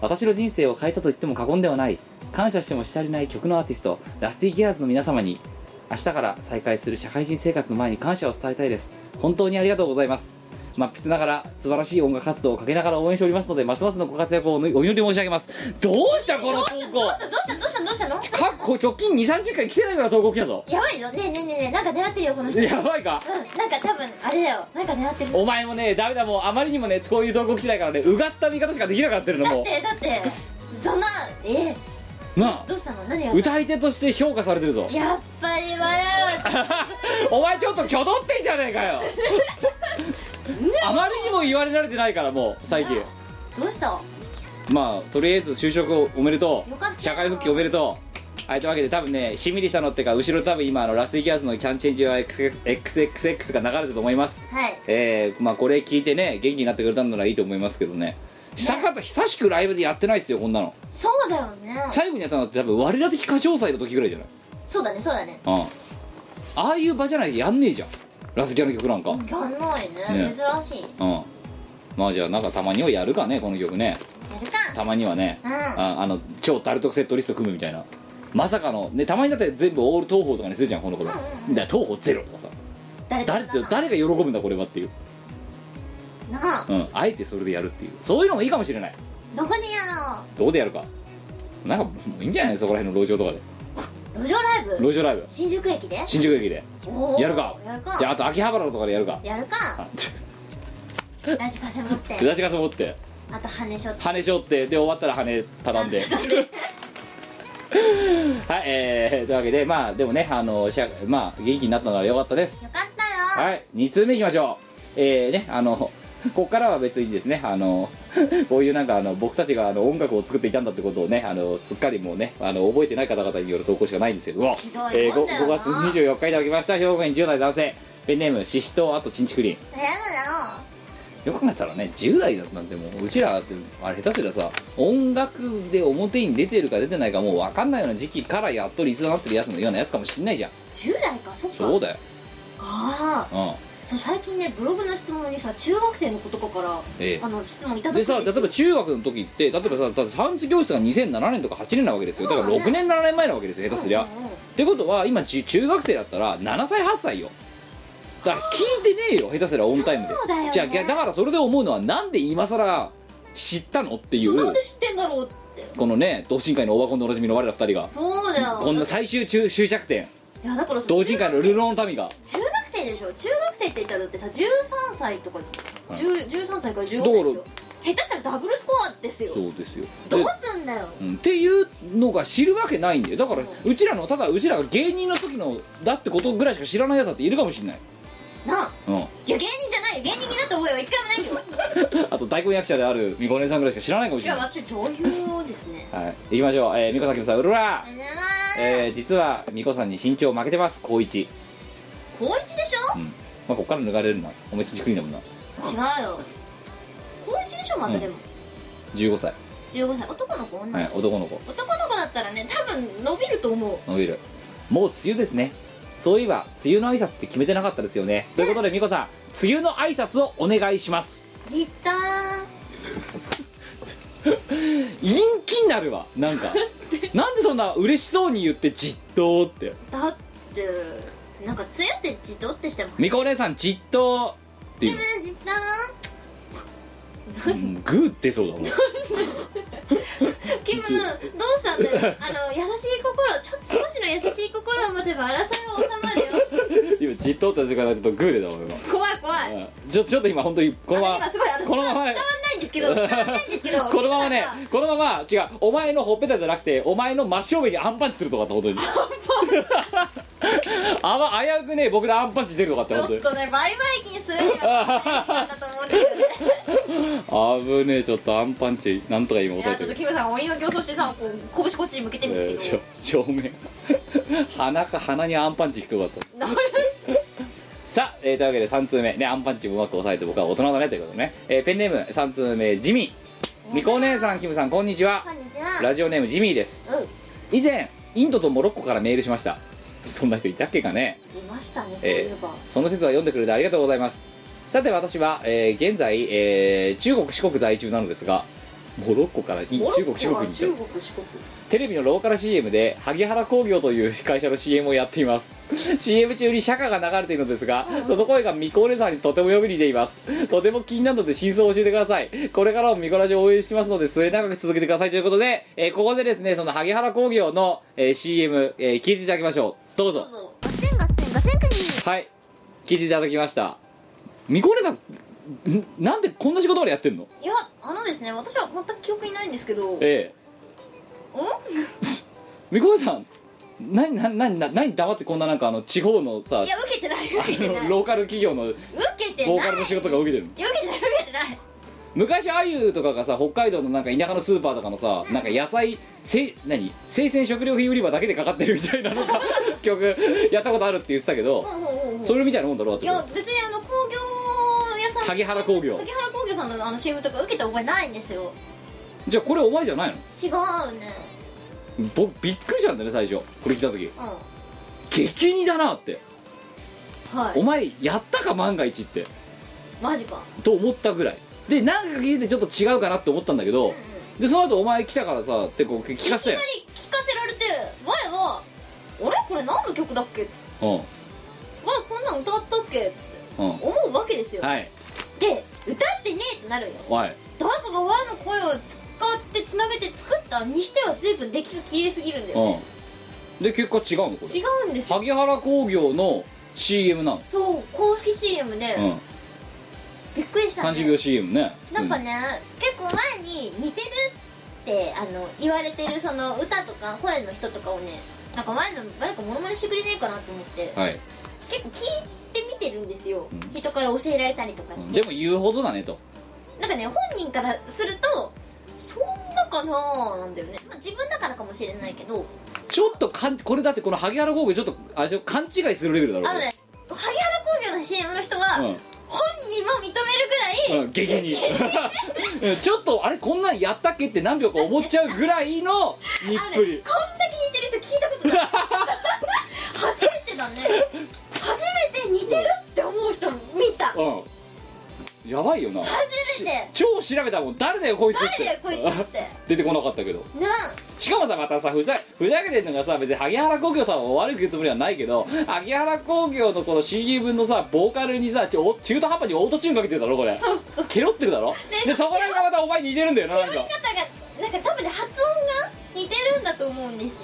S1: 私の人生を変えたと言っても過言ではない感謝してもし足りない曲のアーティストラスティギアーズの皆様に明日から再開する社会人生活の前に感謝を伝えたいです本当にありがとうございます真っ筆ながら素晴らしい音楽活動をかけながら応援しておりますのでますますのご活躍をお祈り申し上げますどうしたこの投稿
S2: どうしたどうしたどうしたどうしたの
S1: かっこ直近2 3 0回来てないような投稿来たぞ
S2: やばいぞねえねえねえねえなんか狙ってるよこの人うん
S1: やばいか
S2: なんか多分あれだよなんか狙ってるだ
S1: お前もねダメだもうあまりにもねこういう投稿来てないからねうがった見方しかできなくなってるの
S2: っ
S1: も
S2: てだってそんなえー
S1: うなあ
S2: どうしたの何が
S1: 歌い手として評価されてるぞ
S2: やっぱり笑うわ
S1: お前ちょっときょどってんじゃねえかよあまりにも言われ慣れてないからもう最近
S2: どうしたよ
S1: まあとりあえず就職をおめでと
S2: よかったよ
S1: う社会復帰おめでとうはいというわけで多分ねしんみりしたのってか後ろ多分今あのラスイギアーズの「キャンチェンジは XXX」が流れてると思います
S2: はい
S1: えー、まあこれ聞いてね元気になってくれたんならいいと思いますけどね久方久しくライブでやってないっすよこんなの
S2: そうだよね
S1: 最後にやったのって多分我ら的歌唱祭の時ぐらいじゃない
S2: そうだねそうだね
S1: ああああいう場じゃないとやんねえじゃんラスキャの曲なんかうん
S2: やんないね
S1: ね
S2: 珍しいや
S1: まあじゃあなんかたまにはやるかねこの曲ね
S2: るか
S1: たまにはね
S2: うん
S1: ああの超ダルトセットリスト組むみたいなまさかのねたまにだって全部オール東宝とかにするじゃんこの頃だ
S2: うん
S1: か
S2: うんうん
S1: ら東宝ゼロとかさ
S2: 誰
S1: 誰
S2: だ
S1: と誰が喜ぶんだこれはっていう、
S2: なあ
S1: うん、あえてそれでやるっていうそういうのもいいかもしれない
S2: どこでや
S1: どこでやるかなんかもういいんじゃないそこら辺の路上とかで
S2: ろう路上ライブ
S1: 路上ライブ
S2: 新宿駅で
S1: 新宿駅で
S2: おー
S1: やるか
S2: やるか
S1: じゃああと秋葉原とかでやるか
S2: やるか
S1: あ
S2: ラジカセ持っ
S1: 出
S2: て
S1: だしがそ持って
S2: あと羽しょって
S1: 羽しょってで終わったら羽畳ん ではいえー、というわけでまあでもねあのしゃまあ元気になったのは良かったです
S2: よかったよ
S1: はい、2通目いきましょう。えー、ね、あの、ここからは別にですね、あの、こういうなんかあの僕たちがあの音楽を作っていたんだってことをね、あのすっかりもうね、あの覚えてない方々による投稿しかないんですけども、
S2: どいもんだ
S1: え
S2: よ
S1: ー、
S2: な
S1: 5, 月24日いただきました、兵庫県10代男性、ペンネーム、ししとうあとちんちくりん。
S2: やだ
S1: よ
S2: よ
S1: く考えたらね、10代だったんてもう、うちらって、あれ下手すりゃさ、音楽で表に出てるか出てないかもう分かんないような時期からやっとリスナーになってるやつのようなやつかもしんないじゃん。
S2: 10代かそっか
S1: そうだよ。
S2: ああ
S1: うん。
S2: そう最近ねブログの質問にさ中学生の子とかから、
S1: ええ
S2: あの質問いただくん
S1: で
S2: です
S1: さ
S2: よ
S1: 例えば中学の時って例えばさだって算数教室が2007年とか8年なわけですよだから
S2: そうだね
S1: 6年7年前なわけですよ下手すりゃ、
S2: うんうんうん
S1: ってことは今中中学生だったら7歳8歳よだから聞いてねえよ下手すりゃオンタイムで
S2: そうだよね
S1: じゃあだからそれで思うのはなんで今更知ったのってい
S2: そうな
S1: うん
S2: で知ってんだろうって
S1: このね同心会のオワコンでおなじみの我ら2人が
S2: そうだよ
S1: こんな最終中終着点
S2: いやだからそう
S1: 同人会のルロの民が
S2: 中学生でしょ中学生って言ったらだってさ13歳とか、10 13歳から15
S1: だか
S2: 歳
S1: ら
S2: でしょ下手したらダブルスコアですよ
S1: そうですよ
S2: どう
S1: です
S2: んだよ
S1: うんっていうのが知るわけないんだよだから
S2: う
S1: うちらのただうちらが芸人の時のだってことぐらいしか知らないやつだっているかもしれない、
S2: なあ
S1: うん、
S2: いや芸人じゃないよ芸人になった覚えは一回もないよ
S1: あと大根役者であるみこねさんぐらいしか知らないかもし
S2: し
S1: れ
S2: かも
S1: ない
S2: 私女優をですね
S1: はい、行きましょう、えー、みこさきもさんうるら
S2: あ、ら
S1: えー、実はみこさんに身長負けてます高一、
S2: 高一でし
S1: う
S2: ょ
S1: んまあ、こっから抜かれるなおめちんちくりんだもんな
S2: 違うよ高一でしょまたでも、
S1: 15歳、
S2: 15歳男の子女の子、
S1: はい、男の子
S2: 男の子だったらね多分伸びると思う
S1: 伸びるもう梅雨ですねそういえば梅雨の挨拶って決めてなかったですよねということでみこさん梅雨の挨拶をお願いします
S2: じったー
S1: 陰気になるわなんか なんでそんな嬉しそうに言ってじっとーって
S2: だってなんかつやってじとってしても
S1: みこお姉さんじっとーっていう
S2: うんじったー
S1: うんグーってそうだもん
S2: キムどうしたんだよあの優しい心ちょっと少しの優しい心を持てば争いは収まるよ
S1: 今じっとーって時間だけどグーでだもん今
S2: 怖い怖いあ
S1: うんちょちょっと今本当にこのま
S2: の今すごいあの
S1: まこのまま
S2: 伝わんないんですけど伝わんないんですけど
S1: このままね
S2: キムさんが
S1: このまま違うお前のほっぺたじゃなくてお前の真正面にアンパンチするとかって本当にあわ危うくね僕でアンパンチ出るとかって
S2: ちょ
S1: 本当
S2: っとね売買金するには大変だと思うんですよ
S1: に
S2: ね
S1: 危ねえちょっとアンパンチなんとか今
S2: い
S1: 押
S2: や
S1: さ
S2: ち
S1: え
S2: ょってと
S1: る
S2: キムさん鬼の競争してさこう拳こっちに向けてるんですけど、
S1: えーちょ正面鼻か鼻にアンパンチいくとこだった
S2: な
S1: さあ、えーというわけで3通目ねアンパンチもうまく抑えて僕は大人だねということでね、えーペンネーム3通目ジミーみこお姉さんキムさんこんにちは
S2: こんにちは
S1: ラジオネームジミーです以前インドとモロッコからメールしましたそんな人いたっけかね
S2: いましたねそういえば、
S1: その説は読んでくれてありがとうございますさて私は、えー現在、えー中国四国在住なのですがモロッコからい中
S2: モロッコ
S1: 国四国
S2: は
S1: に
S2: 中
S1: 行っ
S2: 国四国
S1: たテレビのローカル CM で萩原工業という会社の CM をやってい ます CM 中に釈迦が流れているのですがその声がミコお姉さんにとてもよく似ていますとても気になるので真相を教えてくださいこれからもミコラジを応援しますので末永く続けてくださいということで、えーここでですねその萩原工業の、えー CM、えー聞いていただきましょうどうぞ
S2: どうぞ
S3: ガセンガセンガセンクニー
S1: はい聞いていただきましたみこお姉さんんなんでこんな仕事までやってんの
S2: いやあのですね私は全く記憶にないんですけど
S1: え
S2: うん
S1: えみこお姉さん何何何何何黙ってこんななんかあの地方のさ
S2: いや受けてない受けてな い
S1: ローカル企業の
S2: 受けてない
S1: ボーカルの仕事が受けてるの
S2: いや受けてない受けてない
S1: 昔あゆとかがさ北海道のなんか田舎のスーパーとかのさなんか野菜せ何生鮮食料品売り場だけでかかってるみたいななんか 曲やったことあるって言ってたけど
S2: ほうほうほうほう
S1: それみたいなもんだろだっ
S2: い
S1: て
S2: や別にあの工業屋さん
S1: 萩原工業
S2: 萩原工業さんのあの CM とか受けた覚えないんですよ
S1: じゃあこれお前じゃないの
S2: 違うね
S1: 僕びっくりしたんだよね最初これ来た時
S2: うん
S1: 激似だなって
S2: はい
S1: お前やったか万が一って
S2: マジか
S1: と思ったぐらいでなんか聞いてちょっと違うかなって思ったんだけど、
S2: うんうん
S1: でその後お前来たからさってこう聞かせ
S2: い
S1: たよ
S2: きな、り聞かせられて前は「あれこれ何の曲だっけ
S1: う
S2: 前こんなん歌ったっけ?」っつって
S1: んうん
S2: 思うわけですよ、
S1: はい
S2: で歌ってねえってなるよ
S1: はい
S2: ダークがワンの声を使ってつなげて作ったにしては随分出来が綺麗すぎるんだよね
S1: うんで結果違うのこれ
S2: 違うんですよ
S1: 萩原工業の CM なの
S2: そう公式 CM で、
S1: うん
S2: びっくりしたね
S1: 30秒 CM ね普通
S2: な
S1: に
S2: んかね結構前に似てるってあの言われてるその歌とか声の人とかをねなんか前の誰かモノマネしてくれねえかなと思って
S1: はい
S2: 結構聞いてみてるんですよ、
S1: うん
S2: 人から教えられたりとかして
S1: でも言うほどだねと
S2: なんかね本人からするとそんなかなーなんだよね、まあ、自分だからかもしれないけど
S1: ちょっとかんこれだってこの萩原工業ちょっとあれでしょ勘違いするレベルだろ
S2: あのね萩原工業の CM の人は、
S1: うん
S2: 本人も認めるぐらい、
S1: うん、激に ちょっとあれこんなんやったっけって何秒か思っちゃうぐらいのにっ
S2: あのねこ
S1: ぷ
S2: んだけ似
S1: り
S2: てる人聞いたことない 初めてだね初めて似てるって思う人見た
S1: うんやばいよな
S2: 初めて
S1: し超調べたもん誰だよこいつって
S2: 誰だよこいつって
S1: 出てこなかったけど
S2: な
S1: しかもさまたさふざふざけてんのがさ別に萩原工業さんを悪く言うつもりはないけど萩原工業のこの CM のさボーカルにさちょ中途半端にオートチューンかけてるだろこれ
S2: そうそう
S1: ケロってるだろ
S2: ね
S1: でそこら辺がまたお前似てるんだよななんか
S2: 方がなんか多分ね発音が似てるんだと思うんですよ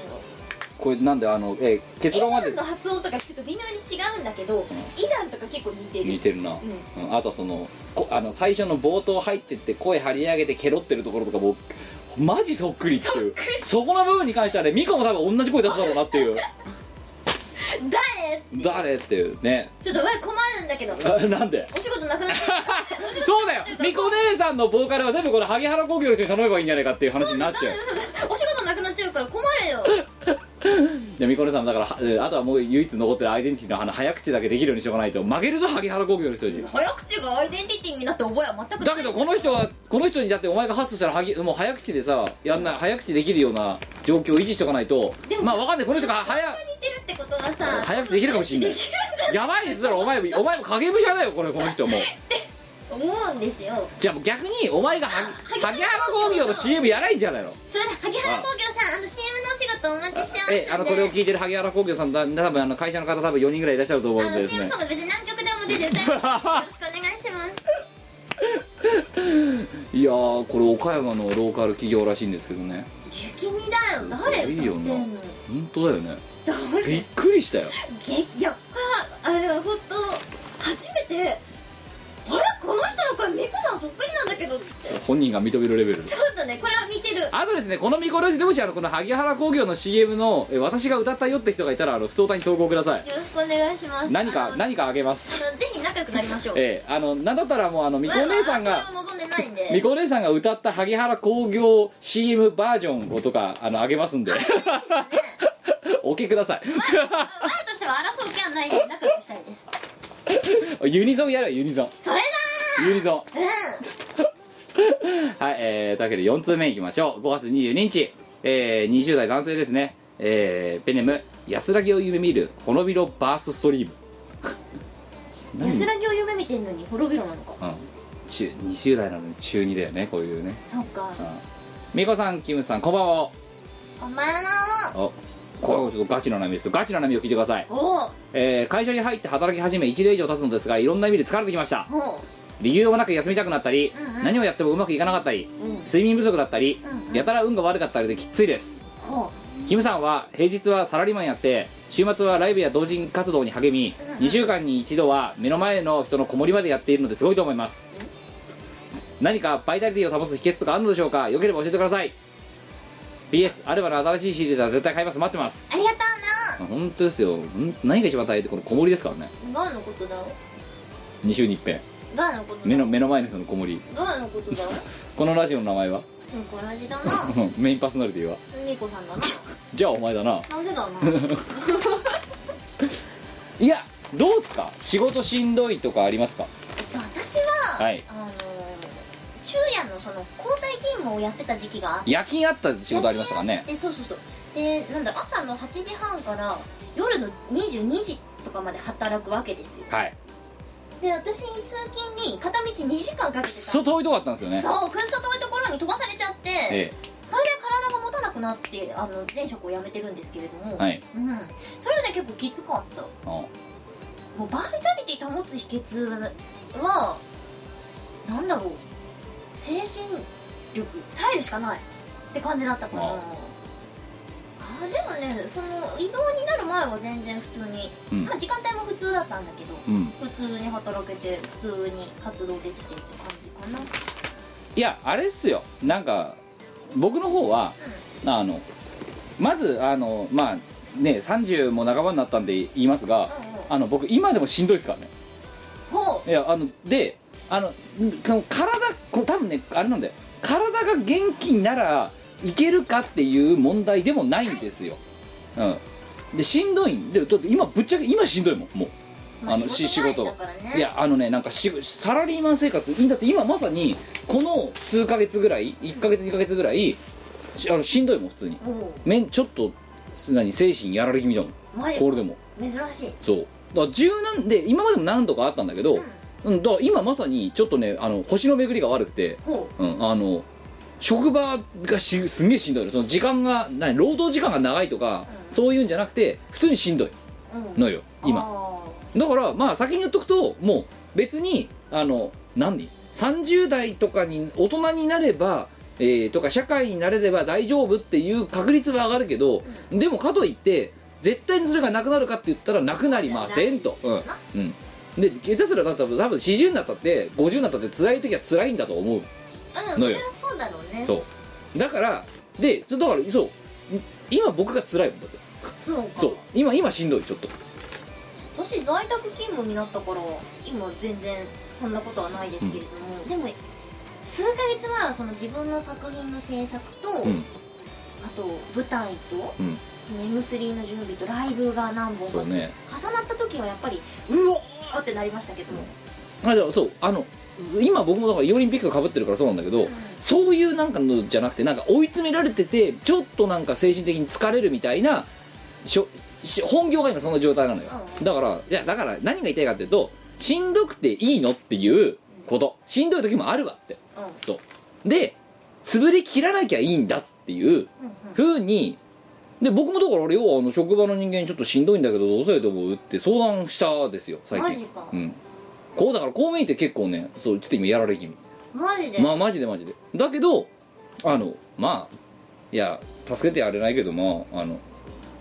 S1: これなんであの、えー結
S2: イ
S1: 論
S2: ラ
S1: まで
S2: ンの発音とか聞くと微妙に違うんだけど、イランとか結構似てる
S1: 似てるな、うんあとそのこあの最初の冒頭入ってって声張り上げてケロってるところとかもうマジそっくりっていうそこの部分に関してはねミコも多分同じ声出すだろうなって いう
S2: 誰
S1: 誰っていうね
S2: ちょっとわ困るんだけど
S1: あなんで
S2: お仕事なくなっちゃうからお仕事
S1: そうだよミコ姉さんのボーカルは全部これ萩原工業の人に頼めばいいんじゃないかっていう話になっちゃう
S2: お仕事なくなっちゃうから困るよ
S1: でミコ姉さんもだからはえーあとはもう唯一残ってるアイデンティティの花早口だけできるようにしておかないと負けるぞ萩原工業の人に
S2: 早口がアイデンティティになった覚えは全くな
S1: だ
S2: い
S1: けどこの人はこの人にだってお前がハスしたらはぎもう早口でさやんない早口できるような状況を維持しておかないと
S2: でも
S1: まあわかんないこの人が早
S2: 似てるってことはさ
S1: 早口できるかもしんない
S2: できるんじゃ
S1: やばいですよお前もお前も影武者だよこれこの人もう
S2: 思うんですよ
S1: じゃあもう逆にお前がは
S2: 萩原
S1: 萩原工業の CM やないんじゃないの
S2: それで萩原工業さんあの CM のお仕事お待ちしてますんで
S1: えあのこれを聞いてる萩原工業さんだ多分あの会社の方多分4人ぐらいいらっしゃると思う
S2: あ
S1: ん
S2: の
S1: でです
S2: CM
S1: ね
S2: ソング別に何曲でも出 て歌いますよろしくお願いします
S1: いやーこれ岡山のローカル企業らしいんですけどね
S2: 激似だよ誰歌って
S1: いいよ
S2: ん
S1: な
S2: の
S1: 本当だよね
S2: 誰
S1: びっくりしたよ
S2: 激いやこれはあれは本当初めてあれこの人の声美子さんそっくりなんだけどって
S1: 本人が認めるレベル
S2: ちょっとねこれは似てる
S1: あとですねこのミコロジでもしあのこの萩原工業の CM のえ私が歌ったよって人がいたらあの不当体に投稿ください
S2: よろしくお願いします
S1: 何
S2: あ
S1: か
S2: の
S1: 何かあげま
S2: あ
S1: す
S2: のぜひ仲良くなりましょう
S1: ええあのなんだったらもうあのみこお姉さん
S2: まあまあ
S1: が
S2: それを望んでないんで
S1: みこお姉さんが歌った萩原工業 CM バージョンをとかあのあげますんで おけください
S2: まあ前としては争う気はないんで仲良くしたいです
S1: ユニゾンやれよユニゾン
S2: それだ
S1: ユニゾ
S2: ーうん
S1: ンはいえー、というわけで4通目いきましょう5月22日えー、20代男性ですねえー、ペンネーム安らぎを夢見るほのびろバースストリーム 何
S2: 安らぎを夢見てんのに滅びろなのか
S1: うん、中20代なのに中2だよねこういうね
S2: そっか
S1: うん美子さんキムさんこんばんは
S2: お前の
S1: おこれちょっとガチの波ですよガチの波を聞いてください、
S2: おう
S1: えー会社に入って働き始め1年以上経つのですがいろんな意味で疲れてきました
S2: おう
S1: 理由もなく休みたくなったり、
S2: うんうん
S1: 何をやってもうまくいかなかったり、
S2: うん
S1: 睡眠不足だったり、
S2: うんうん
S1: やたら運が悪かったりできっついです
S2: ほ
S1: キムさんは平日はサラリーマンやって週末はライブや同人活動に励み、
S2: うんうん
S1: 2週間に一度は目の前の人の子守りまでやっているのですごいと思います、何かバイタリティを保つ秘訣とかあるのでしょうかよければ教えてください BS アルバの新しい CD だ絶対買います待ってます
S2: ありがと
S1: 本当ですよほん何が一番大変ってこの子守りですからね
S2: うなガーのことだろ
S1: 2週に一遍
S2: ガーのこと
S1: 目
S2: だ
S1: の
S2: ろ
S1: 目の前の人の子守り
S2: ガーのこ とだろ
S1: このラジオの名前は
S2: うんこラジだな
S1: メインパーソナリティは
S2: みこさんだな
S1: じゃあお前だな
S2: なんでだな
S1: いやどうっすか仕事しんどいとかありますか
S2: えっと私は、
S1: はい
S2: あのー昼夜のその交代勤務をやってた時期があって
S1: 夜勤あった仕事ありましたからね
S2: でそうそうそうでなんだ朝の8時半から夜の22時とかまで働くわけですよ
S1: はい
S2: で私通勤に片道2時間かけてた
S1: くっそ遠いとこだったんですよね
S2: そうクソ遠いところに飛ばされちゃって、
S1: え
S2: それで体が持たなくなってあの前職を辞めてるんですけれども、
S1: えはい
S2: うん、それで結構きつかった
S1: あ
S2: もうバイタリティ保つ秘訣はなんだろう精神力耐えるしかないって感じだったかな
S1: あ
S2: あでもねその移動になる前は全然普通に、
S1: うん
S2: まあ時間帯も普通だったんだけど、
S1: うん
S2: 普通に働けて普通に活動できてって感じかない
S1: やあれっすよなんか僕の方はあのまずあのまあね30も半ばになったんで言いますが
S2: うんうん
S1: あの僕今でもしんどいですからね
S2: ほう
S1: いやあのであのんその体こう多分ねあれなんだよ体が元気ならいけるかっていう問題でもないんですよ、うんでしんどいんでだって今ぶっちゃけ今しんどいもんもう
S2: まあ
S1: あのし
S2: 仕事
S1: 仕事
S2: 前だからね
S1: いやあのねなんかしサラリーマン生活だって今まさにこの数ヶ月ぐらい1ヶ月2ヶ月ぐらいしあのしんどいもん普通に
S2: おう
S1: めんちょっと何精神やられ気味だもん
S2: 前
S1: これでも
S2: 珍しい
S1: そうだから柔軟で今までも何度かあったんだけど、うん、だから今まさにちょっとねあの星の巡りが悪くて、
S2: ほ
S1: うん、あの職場がしすんげえしんどいのその時間が何労働時間が長いとか、
S2: うん、
S1: そういうんじゃなくて普通にしんどいう
S2: うん、
S1: のよ今
S2: あ
S1: だからまあ先に言っとくともう別にあの何30代とかに大人になれば、えーとか社会になれれば大丈夫っていう確率は上がるけど、でもかといって絶対にそれがなくなるかって言ったらなくなりませんと、うん
S2: な
S1: うん、で下手すらだったら多分40になったって50になったって辛い時は辛いんだと思う
S2: ーうんそれはそうだろうね
S1: そうだからでだからそう今僕が辛いもんだって
S2: そうか
S1: そう今今しんどいちょっと
S2: 私在宅勤務になったから今全然そんなことはないですけれども、でも数ヶ月はその自分の作品の制作と、
S1: うん
S2: あと舞台と、
S1: うん
S2: M3 の準備とライブが何本か
S1: そう
S2: 重
S1: ね
S2: なった時はやっぱりうおーってなりましたけど、
S1: うんあじゃあそうあの今僕もだからイオリンピックがかぶってるからそうなんだけど、そういうなんかのじゃなくてなんか追い詰められててちょっとなんか精神的に疲れるみたいなしょし本業が今そんな状態なのよ
S2: うん
S1: だからいやだから何が言いたいかっていうとしんどくていいのっていうことしんどい時もあるわって
S2: うんうん
S1: そうで潰れ切らなきゃいいんだっていう
S2: うん
S1: ふうにで僕もだから俺要はあの職場の人間にちょっとしんどいんだけどどうせと思うって相談したですよ最近
S2: マジか
S1: うんこうだからこう見えて結構ねそうちょっと今やられ気味
S2: マジで、
S1: まあマジでマジでだけどあのまあいや助けてやれないけどまああの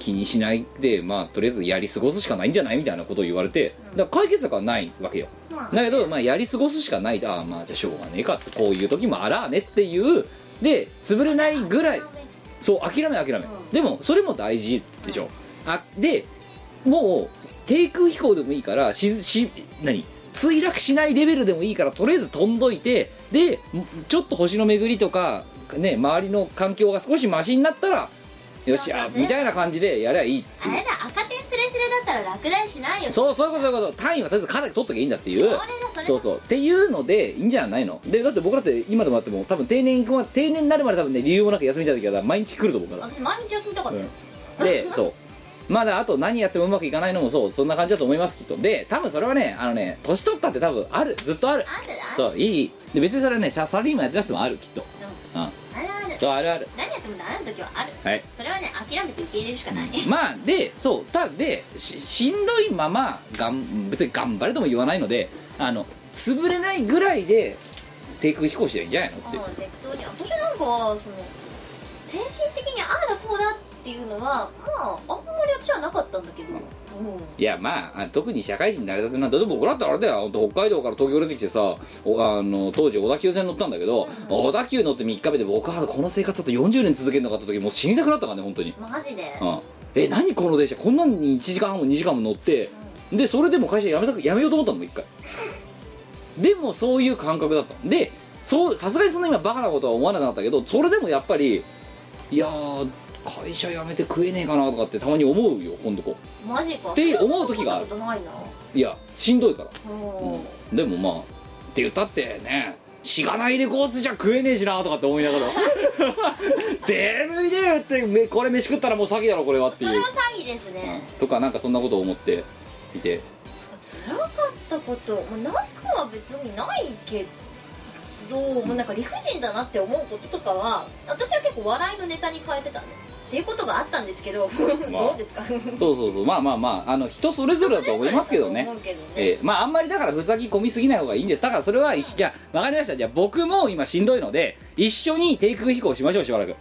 S1: 気にしないでまあとりあえずやり過ごすしかないんじゃないみたいなことを言われてだ
S2: うん
S1: から解決策はないわけよ
S2: まあ
S1: だけどまあやり過ごすしかないああまあじゃあしょうがねえかってこういう時もあらあねっていうで潰れないぐらいそう諦め諦め、でもそれも大事でしょ、あでもう低空飛行でもいいからしし何墜落しないレベルでもいいからとりあえず飛んどいてでちょっと星の巡りとかね周りの環境が少しマシになったらよし
S2: そうそう
S1: あ
S2: そう
S1: みたいな感じでやりゃいいって
S2: あ
S1: いう
S2: れだ赤点スレスレだったら落第しないよ
S1: そうそういうことそういうこと単位はとりあえず肩で取っときゃいいんだっていう
S2: それだそれだ
S1: そうそうっていうのでいいんじゃないのでだって僕だって今でもあっても多分定年は定年になるまで多分ね理由もなく休みたい時は毎日来ると思うから
S2: 私毎日休みたかったよ、
S1: でそうまだあと何やってもうまくいかないのもそうそんな感じだと思いますきっとで多分それはねあのね年取ったって多分あるずっとある
S2: あるある
S1: そういいで別にそれはねササラリーマンやってなくてもあるきっとうん
S2: あるある
S1: そうあるある
S2: 何やってもダメな時はある
S1: はい
S2: それはね諦めて受け入れるしかない、
S1: まあでそうただでししんどいままがん別に頑張れとも言わないのであの潰れないぐらいで低空飛行していいんじゃないのっていう
S2: うん適当に私なんかその精神的にああだこうだっていうのはまああんまり私はなかったんだけど、うん
S1: いやまああ特に社会人になれたてなんてでも僕だってあれだよほんと北海道から東京出てきてさおあの当時小田急線乗ったんだけど、小田急乗って3日目で僕はこの生活だと40年続けるのかって時もう死にたくなったからね本当に、
S2: マジで、
S1: うん、え何この電車こんなに1時間半も2時間も乗ってでそれでも会社辞めたく辞めようと思ったのもん一回でもそういう感覚だったでそうさすがにそんな今バカなことは思わなくなったけどそれでもやっぱりいやー会社辞めて食えねえかなとかってたまに思うよ今度こう
S2: マジか
S1: って思う時がある
S2: そんなことないない
S1: やしんどいから
S2: うん
S1: でもまあって言ったってねしがないレコーズじゃ食えねえしなとかって思い ながら DVD 売ってめこれ飯食ったらもう詐欺だろこれはって
S2: そ
S1: い
S2: れ
S1: う
S2: は詐欺ですね、
S1: とかなんかそんなことを思っていて
S2: 辛かったこともうなくは別にないけどもうなんか理不尽だなって思うこととかは私は結構笑いのネタに変えてたんでっていうことがあったんですけど、
S1: あ
S2: どうですか
S1: そうそうそうまあまあまああの人それぞれだと思いますけどね
S2: 思うけどね
S1: えーまああんまりだからふざけ込みすぎない方がいいんですだからそれは一じゃあわかりましたじゃあ僕も今しんどいので一緒に低空飛行しましょうしばらく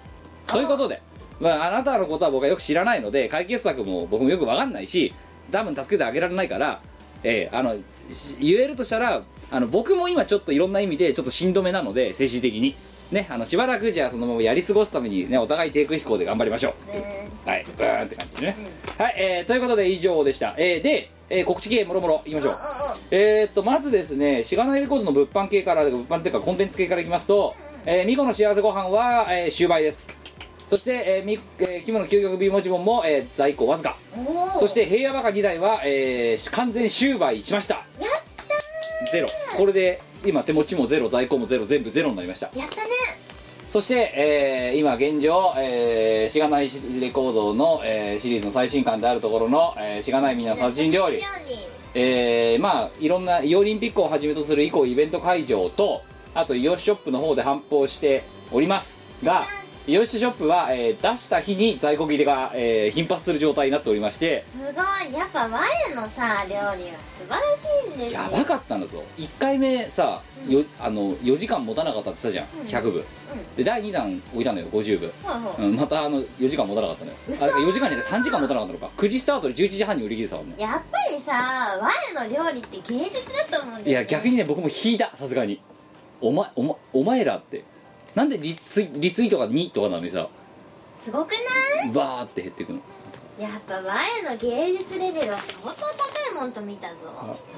S1: そういうことでまあ、あなたのことは僕はよく知らないので解決策も僕もよくわかんないし多分助けてあげられないから、えーあのし言えるとしたらあの僕も今ちょっといろんな意味でちょっとしんどめなので精神的にねあのしばらくじゃあそのままやり過ごすためにねお互い低空飛行で頑張りましょう
S2: ね
S1: はい、ブーンって感じね。はい、えー、ということで以上でした。えー、で、えー、告知系もろもろいきましょう。えー、っと、まずですね、しがないレコードの物販系から、物販っていうかコンテンツ系からいきますと、えー、ミコの幸せご飯は、えー、終売です。そして、えーみえー、キムの究極美文字本も、えー、在庫わずか。
S2: おお
S1: そして、平野バカ2台は、えー、完全終売しました。やったゼロ。これで、今手持ちもゼロ、在庫もゼロ、全部ゼロになりました。
S2: やったね
S1: そして、えー今現状、えーしがないレコードの、えーシリーズの最新刊であるところの「えーしがないみんなの殺人料理」えーまあいろんなイオリンピックをはじめとする以降イベント会場とあとイオシショップの方で販売しておりますがイオシショップは、えー出した日に在庫切れが、えー頻発する状態になっておりまして
S2: すごいやっぱ我のさ料理は素晴らしいんですよ
S1: やばかったんだぞ1回目さ、よあの4時間持たなかったって言ってたじゃん100部、で第2弾置いたのよ50部
S2: はいはい
S1: うん、またあの4時間持たなかったねあ
S2: 嘘
S1: れか4時間じゃない3時間持たなかったのか9時スタートで11時半に売り切れてたもんね
S2: やっぱりさ我の料理って芸術だと思うんだよ
S1: い
S2: ね
S1: や逆にね僕も引いたさすがにお前お,、ま、お前らってなんでリツイリツイートが2とかなのにさ
S2: すごくない
S1: バーって減っていくの
S2: やっぱ我の芸術レベルは相当高いもんと見たぞ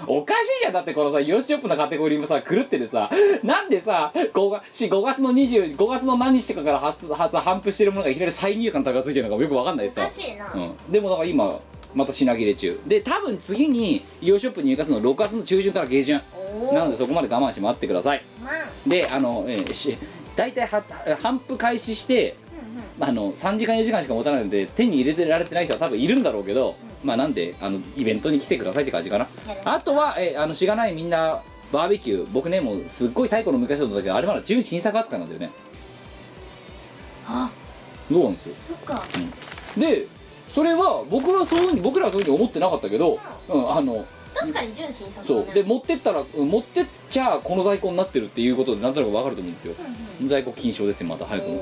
S1: おかしいじゃんだってこのさヨシショップのカテゴリーもさ狂っててさなんでさ 5, がし5月の25月の何日かから発発販布してるものがいきなり再入荷の高がついてるのかよくわかんないし
S2: お
S1: さ
S2: かしいな、
S1: うん、でもだから今また品切れ中で多分次にイオショップに入荷するの6月の中旬から下旬
S2: おお
S1: なのでそこまで我慢して待ってください
S2: まあ
S1: であの、えー、し大体は反復開始してあの3時間4時間しか持たないので手に入れてられてない人は多分いるんだろうけど、まあなんであのイベントに来てくださいって感じかな
S2: やりました
S1: あとは、えーあのしがないみんなバーベキュー僕ねもうすっごい太古の昔だったんだけどあれまだ純新作扱いなんだよね
S2: あ
S1: そうなんですよ
S2: そっか
S1: でそれは僕はそういうふうに僕らはそういうふうに思ってなかったけど、うん、あの
S2: 確かに純真さ
S1: そうで
S2: ね
S1: 持ってったらうん持ってっちゃこの在庫になってるっていうことでなんとなくわかると思うんですよ、在庫禁止ですよまた早くも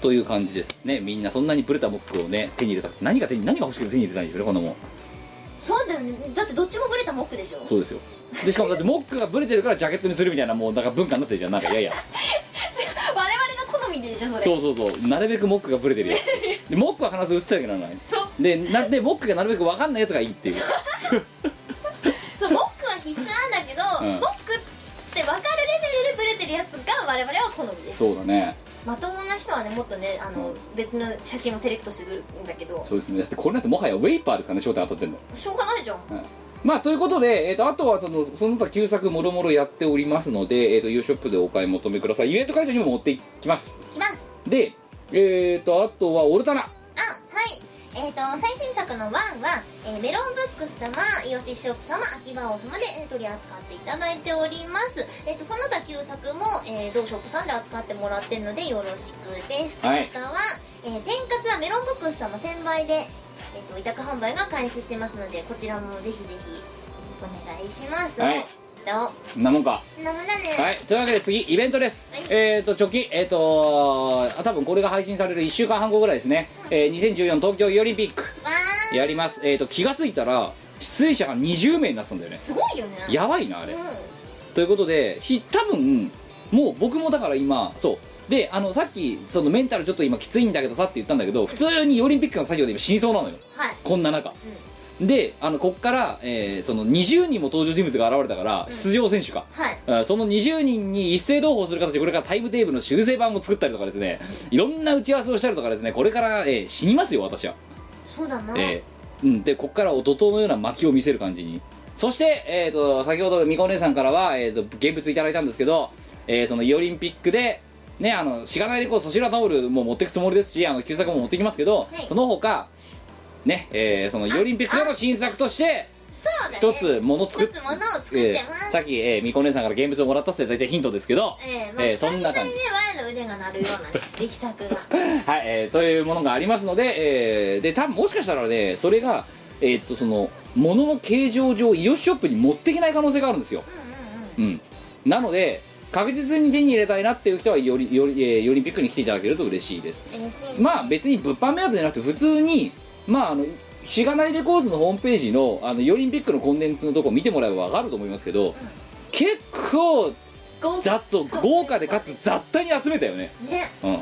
S1: という感じですねみんなそんなにブレたモックをね手に入れた何が手に何が欲しくて手に入れたんでしょうねこんなもん
S2: そうだよねだってどっちもブレたモックでしょ
S1: そうですよでしかもだってモックがブレてるからジャケットにするみたいなもうなんか文化になってるじゃんなんかいやいや
S2: 我々の好みでしょそれ
S1: そうそうそうなるべくモックがブレて るやつでモックは必ず映ってなきゃならない
S2: そう
S1: でなでモックがなるべく分かんないやつがいいっていう
S2: そうモックは必須なんだけど、
S1: うん
S2: モックって分かるレベルでブレてるやつが我々は好みです
S1: そうだね
S2: まともな人はねもっとねあの、別の写真をセレクトするんだけど
S1: そうですねだってこれなんてもはやウェイパーですからね焦点当たってんの
S2: しょうがないじゃん
S1: まあということで、えー、とあとはそのその他旧作もろもろやっておりますので、えー、と U ショップでお買い求めくださいイベント会社にも持っていきます
S2: いきます
S1: でえー、とあとはオルタナ
S2: あはいえー、と最新作の「ワンは、えーメロンブックス様イオシスショップ様秋葉王様で、えー取り扱っていただいております、えー、とその他旧作も、えー、同ショップさんで扱ってもらってるのでよろしくです、
S1: はい
S2: または、えー、天かつはメロンブックス様専売で、えー、と委託販売が開始してますのでこちらもぜひぜひお願いします
S1: はい
S2: どうん
S1: なもんか
S2: そんなもんだね、
S1: はいというわけで次イベントです、
S2: はい
S1: えっ、と直近えっ、とあ多分これが配信される1週間半後ぐらいですね、えー2014東京オリンピック
S2: わー
S1: やりますえっ、と気がついたら出演者が20名になってたんだよね
S2: すごいよね
S1: やばいなあれ、
S2: うん
S1: ということでひ多分もう僕もだから今そうであのさっきそのメンタルちょっと今きついんだけどさって言ったんだけど普通にオリンピックの作業で今死にそうなのよ
S2: はい
S1: こんな中、であのこっから、えーその20人も登場人物が現れたから出場選手か、
S2: はい
S1: あその20人に一斉同歩する形でこれからタイムテーブルの修正版を作ったりとかですねいろんな打ち合わせをしたりとかですねこれから、えー死にますよ私は
S2: そうだな、
S1: えーうん、でここからお怒涛のような巻きを見せる感じにそして、えー、と先ほどみこお姉さんからは、えー、と現物いただいたんですけど、えーそのイオリンピックでねあのしがないレコードソシラタオルも持っていくつもりですしあの旧作も持ってきますけど、
S2: はい
S1: その他ねえーそのイオリンピックでの新作として
S2: そうだね
S1: 一つもの作
S2: 一
S1: っ
S2: つものを作ってます、
S1: さっき、えー、みこ姉さんから現物をもらったって大体ヒントですけど、
S2: えーまあ、
S1: えー
S2: 久
S1: そん
S2: 々
S1: な
S2: にね
S1: 感じ
S2: 前の腕が鳴るようなね力 作が
S1: はい、えーというものがありますので、えーで多分もしかしたらねそれがえーっとその物の形状上イオシショップに持っていけない可能性があるんですよ、うん、なので確実に手に入れたいなっていう人はよりより、えー、イオリンピックに来ていただけると嬉しいです
S2: 嬉しいね
S1: まあ別に物販目当てじゃなくて普通にまああのしがないレコーズのホームページのあのイオリンピックのコンテンツのとこ見てもらえばわかると思いますけど、結構
S6: ゴン
S1: ざっと豪華でかつ雑多に集めたよね
S2: ね
S1: うん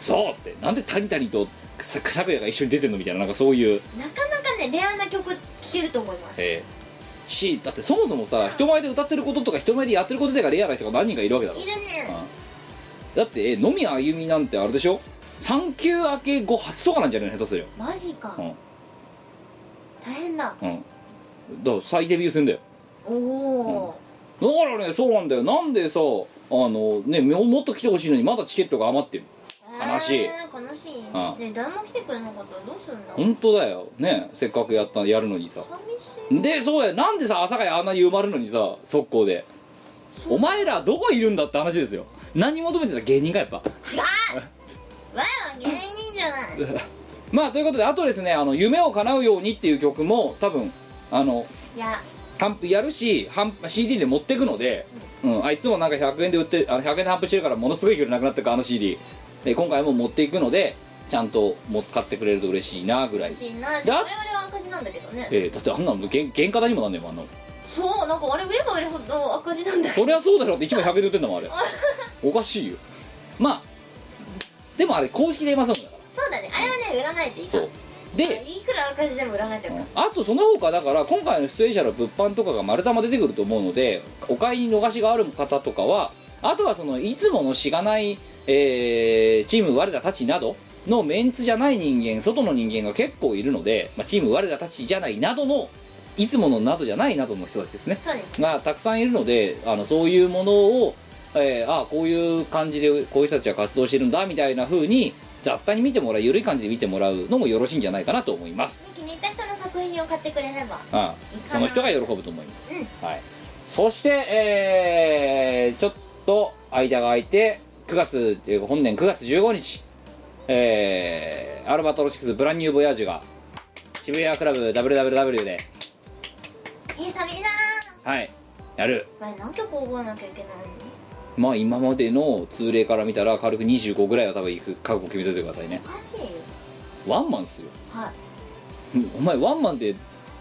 S1: そうってなんでタリタリとさ昨夜が一緒に出てんのみたいななんかそういう、
S2: なかなかねレアな曲聴けると思います
S1: えーしだってそもそもさ人前で歌ってることとか人前でやってることでがレアな人が何人かいるわけだろ
S2: いるね
S1: だってえ野宮あゆみなんてあれでしょ産休明け後初とかなんじゃないの下手するよ
S2: マジか、
S1: うん
S2: 大変だ
S1: うんだから再デビュー戦だよ
S2: おお
S1: だからねそうなんだよなんでさあのねももっと来てほしいのにまだチケットが余ってる
S2: ー、
S1: 悲しい
S2: えー悲しい
S1: ああ
S2: ね誰も来てくれなかったらどうするんだ
S1: 本当だよねせっかくやったやるのにさ
S2: 寂しい
S1: でそうだよなんでさ朝霞あんなに埋まるのにさ速攻でお前らどこいるんだって話ですよ何求めてた芸人かやっぱ
S2: わあ芸人じゃない
S1: まあということであとですねあの夢を叶うようにっていう曲も多分あの
S2: いや
S1: ハンプやるしハンプ CD で持ってくので、うん、あいつもなんか100円で売ってるあの100円でハンプしてるからものすごい距離なくなったからあの CD で今回も持っていくのでちゃんとも買ってくれると嬉しいなぐらい
S2: 嬉、しいな我々
S1: だ
S2: は赤字なんだけどね
S1: えーだってあんなの原原価代にもなんねえもんあんなの
S2: そうなんかあれ売れば売れほど赤字なんだけ
S1: そ
S2: ど
S1: りゃそうだろうって1枚100円で売ってんだも んあれおかしいよまあでもあれ公式で言いますもんだか
S2: そうだねあれはね売らないといいからん
S1: そうで
S2: いくら赤字でも売らないといいかん
S1: あとその他だから今回の出演者の物販とかが丸玉出てくると思うのでお買い逃しがある方とかはあとはそのいつものしがない、えーチーム我らたちなどのメンツじゃない人間外の人間が結構いるので、まあ、チーム我らたちじゃないなどのいつものなどじゃないなどの人たちですね
S2: そうです
S1: がたくさんいるのであのそういうものを、えーああこういう感じでこういう人たちは活動してるんだみたいな風に雑多に見てもらう緩い感じで見てもらうのもよろしいんじゃないかなと思います
S2: 気に入った人の作品を買ってくれれば
S1: あ
S2: いいかな
S1: その人が喜ぶと思います、
S2: うん
S1: はい、そして、えーちょっと間が空いて9月えー本年9月15日、えーアルバトロシックスブランニューボヤージュが渋谷クラブ WWW で、
S2: 久々
S1: はい、やる
S2: 前何曲覚えなきゃいけない
S1: まあ今までの通例から見たら軽く25ぐらいは多分行く覚悟決めといてくださいね
S2: のおかしいよ
S1: ワンマンっすよ
S2: は
S1: うんお前ワンマンで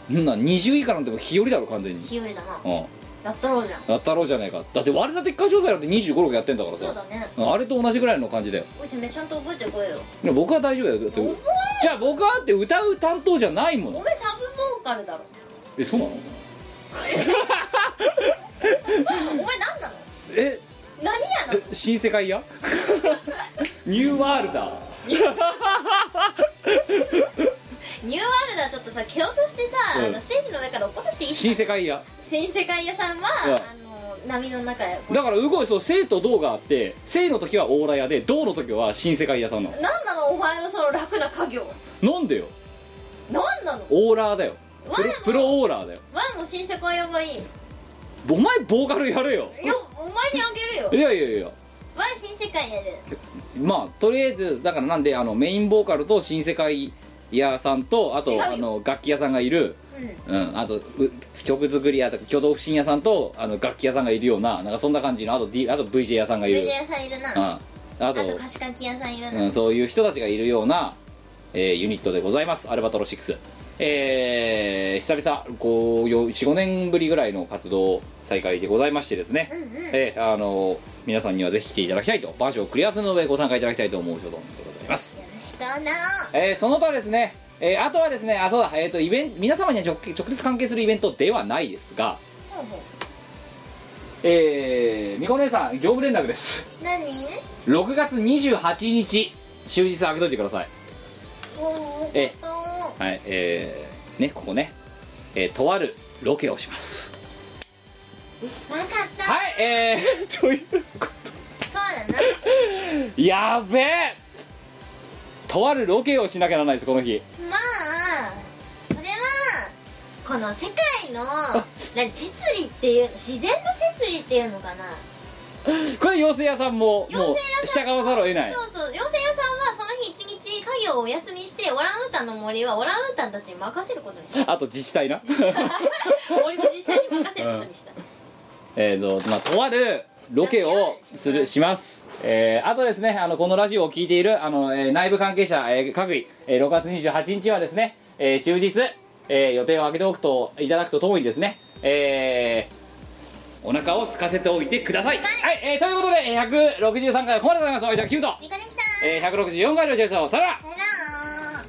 S1: そんな20位以下なんてもう日和だろ完全に
S2: い日和だな
S1: うん
S2: やったろうじゃん
S1: やったろうじゃないかだって我ら的歌唱祭なんて2 5 6やってんだからさ
S2: そうだね
S1: あれと同じぐらいの感じだよ
S2: おいてめちゃんと覚えてこいよ
S1: でも僕は大丈夫だよだって
S2: 覚
S1: じゃあ僕はって歌う担当じゃないも
S2: お
S1: の
S2: 前サブボーカルだろ
S1: えそうなの
S2: お前何なの
S1: え
S2: 何やの
S1: 新世 界やニューワールダー
S2: ニューワールドはちょっとさ蹴落としてさ、
S1: うん
S2: あのステージの上から落っことしていい
S1: 新世界や
S2: 新世界屋さんは、あの波の中へ
S1: だから動いそう生と動があって生の時はオーラ屋で動の時は新世界屋さんな
S2: 何なのお前のその楽な家業
S1: のなんでよ
S2: 何なの
S1: オーラーだよ
S2: わ
S1: プロ
S2: いも
S1: プロオーラーだよ
S2: ワンも新世界屋がいいよ
S1: お前ボーカルやれよ
S2: お前にあげるよ
S1: いやいやいや
S2: ワン新世界屋で
S1: まあとりあえずだからなんであのメインボーカルと新世界屋さんとあ
S2: 違う
S1: と
S2: よ
S1: あの楽器屋さんがいる
S2: うん
S1: うん、あとう曲作り屋とか挙動不審屋さんとあの楽器屋さんがいるようななんかそんな感じのあと,、D、あと VJ 屋さんがいる
S2: VJ 屋さんいるな
S1: うん、
S2: あ
S1: あと
S2: と貸し書き屋さんいるな、
S1: うん、そういう人たちがいるような、えーユニットでございますアルバトロ6、えー、久々45年ぶりぐらいの活動再開でございましてですね、
S2: うんうん
S1: えーあの皆さんにはぜひ来ていただきたいと場所をクリアするの上ご参加いただきたいと思う所存でございます
S2: よろしくな
S1: えーその他ですね、えーあとはですねあそうだ、えー、とイベント皆様には直直接関係するイベントではないですが
S2: ほうほう
S1: えー、みこ姉さん業務連絡です
S2: 何
S1: 6月28日終日開けといてください
S2: おう
S1: え
S2: おこと
S1: はいえー、ねここね、えーとあるロケをします
S2: わかった
S1: はいえー、 という
S2: そう だな
S1: やべえとあるロケをしなきゃならないですこの日
S2: まあそれはこの世界の何摂理っていう自然の摂理っていうのかな
S1: これ妖精屋さんももう
S2: 妖
S1: 従
S2: 精屋さん
S1: わざるを得ない
S2: そうそう妖精屋さんはその日一日家業をお休みしてオランウータンの森はオランウータンたちに任せることにした
S1: あと自治体な
S2: 森の実際に任せることにした
S1: えーとまあとあるロケをするします、えーあとですねあのこのラジオを聞いているあの、えー内部関係者、えー各位、えー6月28日はですね、えー終日、えー予定を空けておくといただくとともにですね、えーお腹を空かせておいてください、はいえーということでえー163回はここまででございますお相手はキムと、
S2: ニコでした
S1: えー164回の女優さんをさらば
S2: さよなら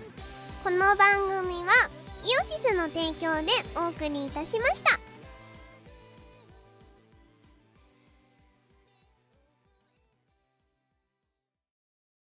S3: この番組はイオシスの提供でお送りいたしました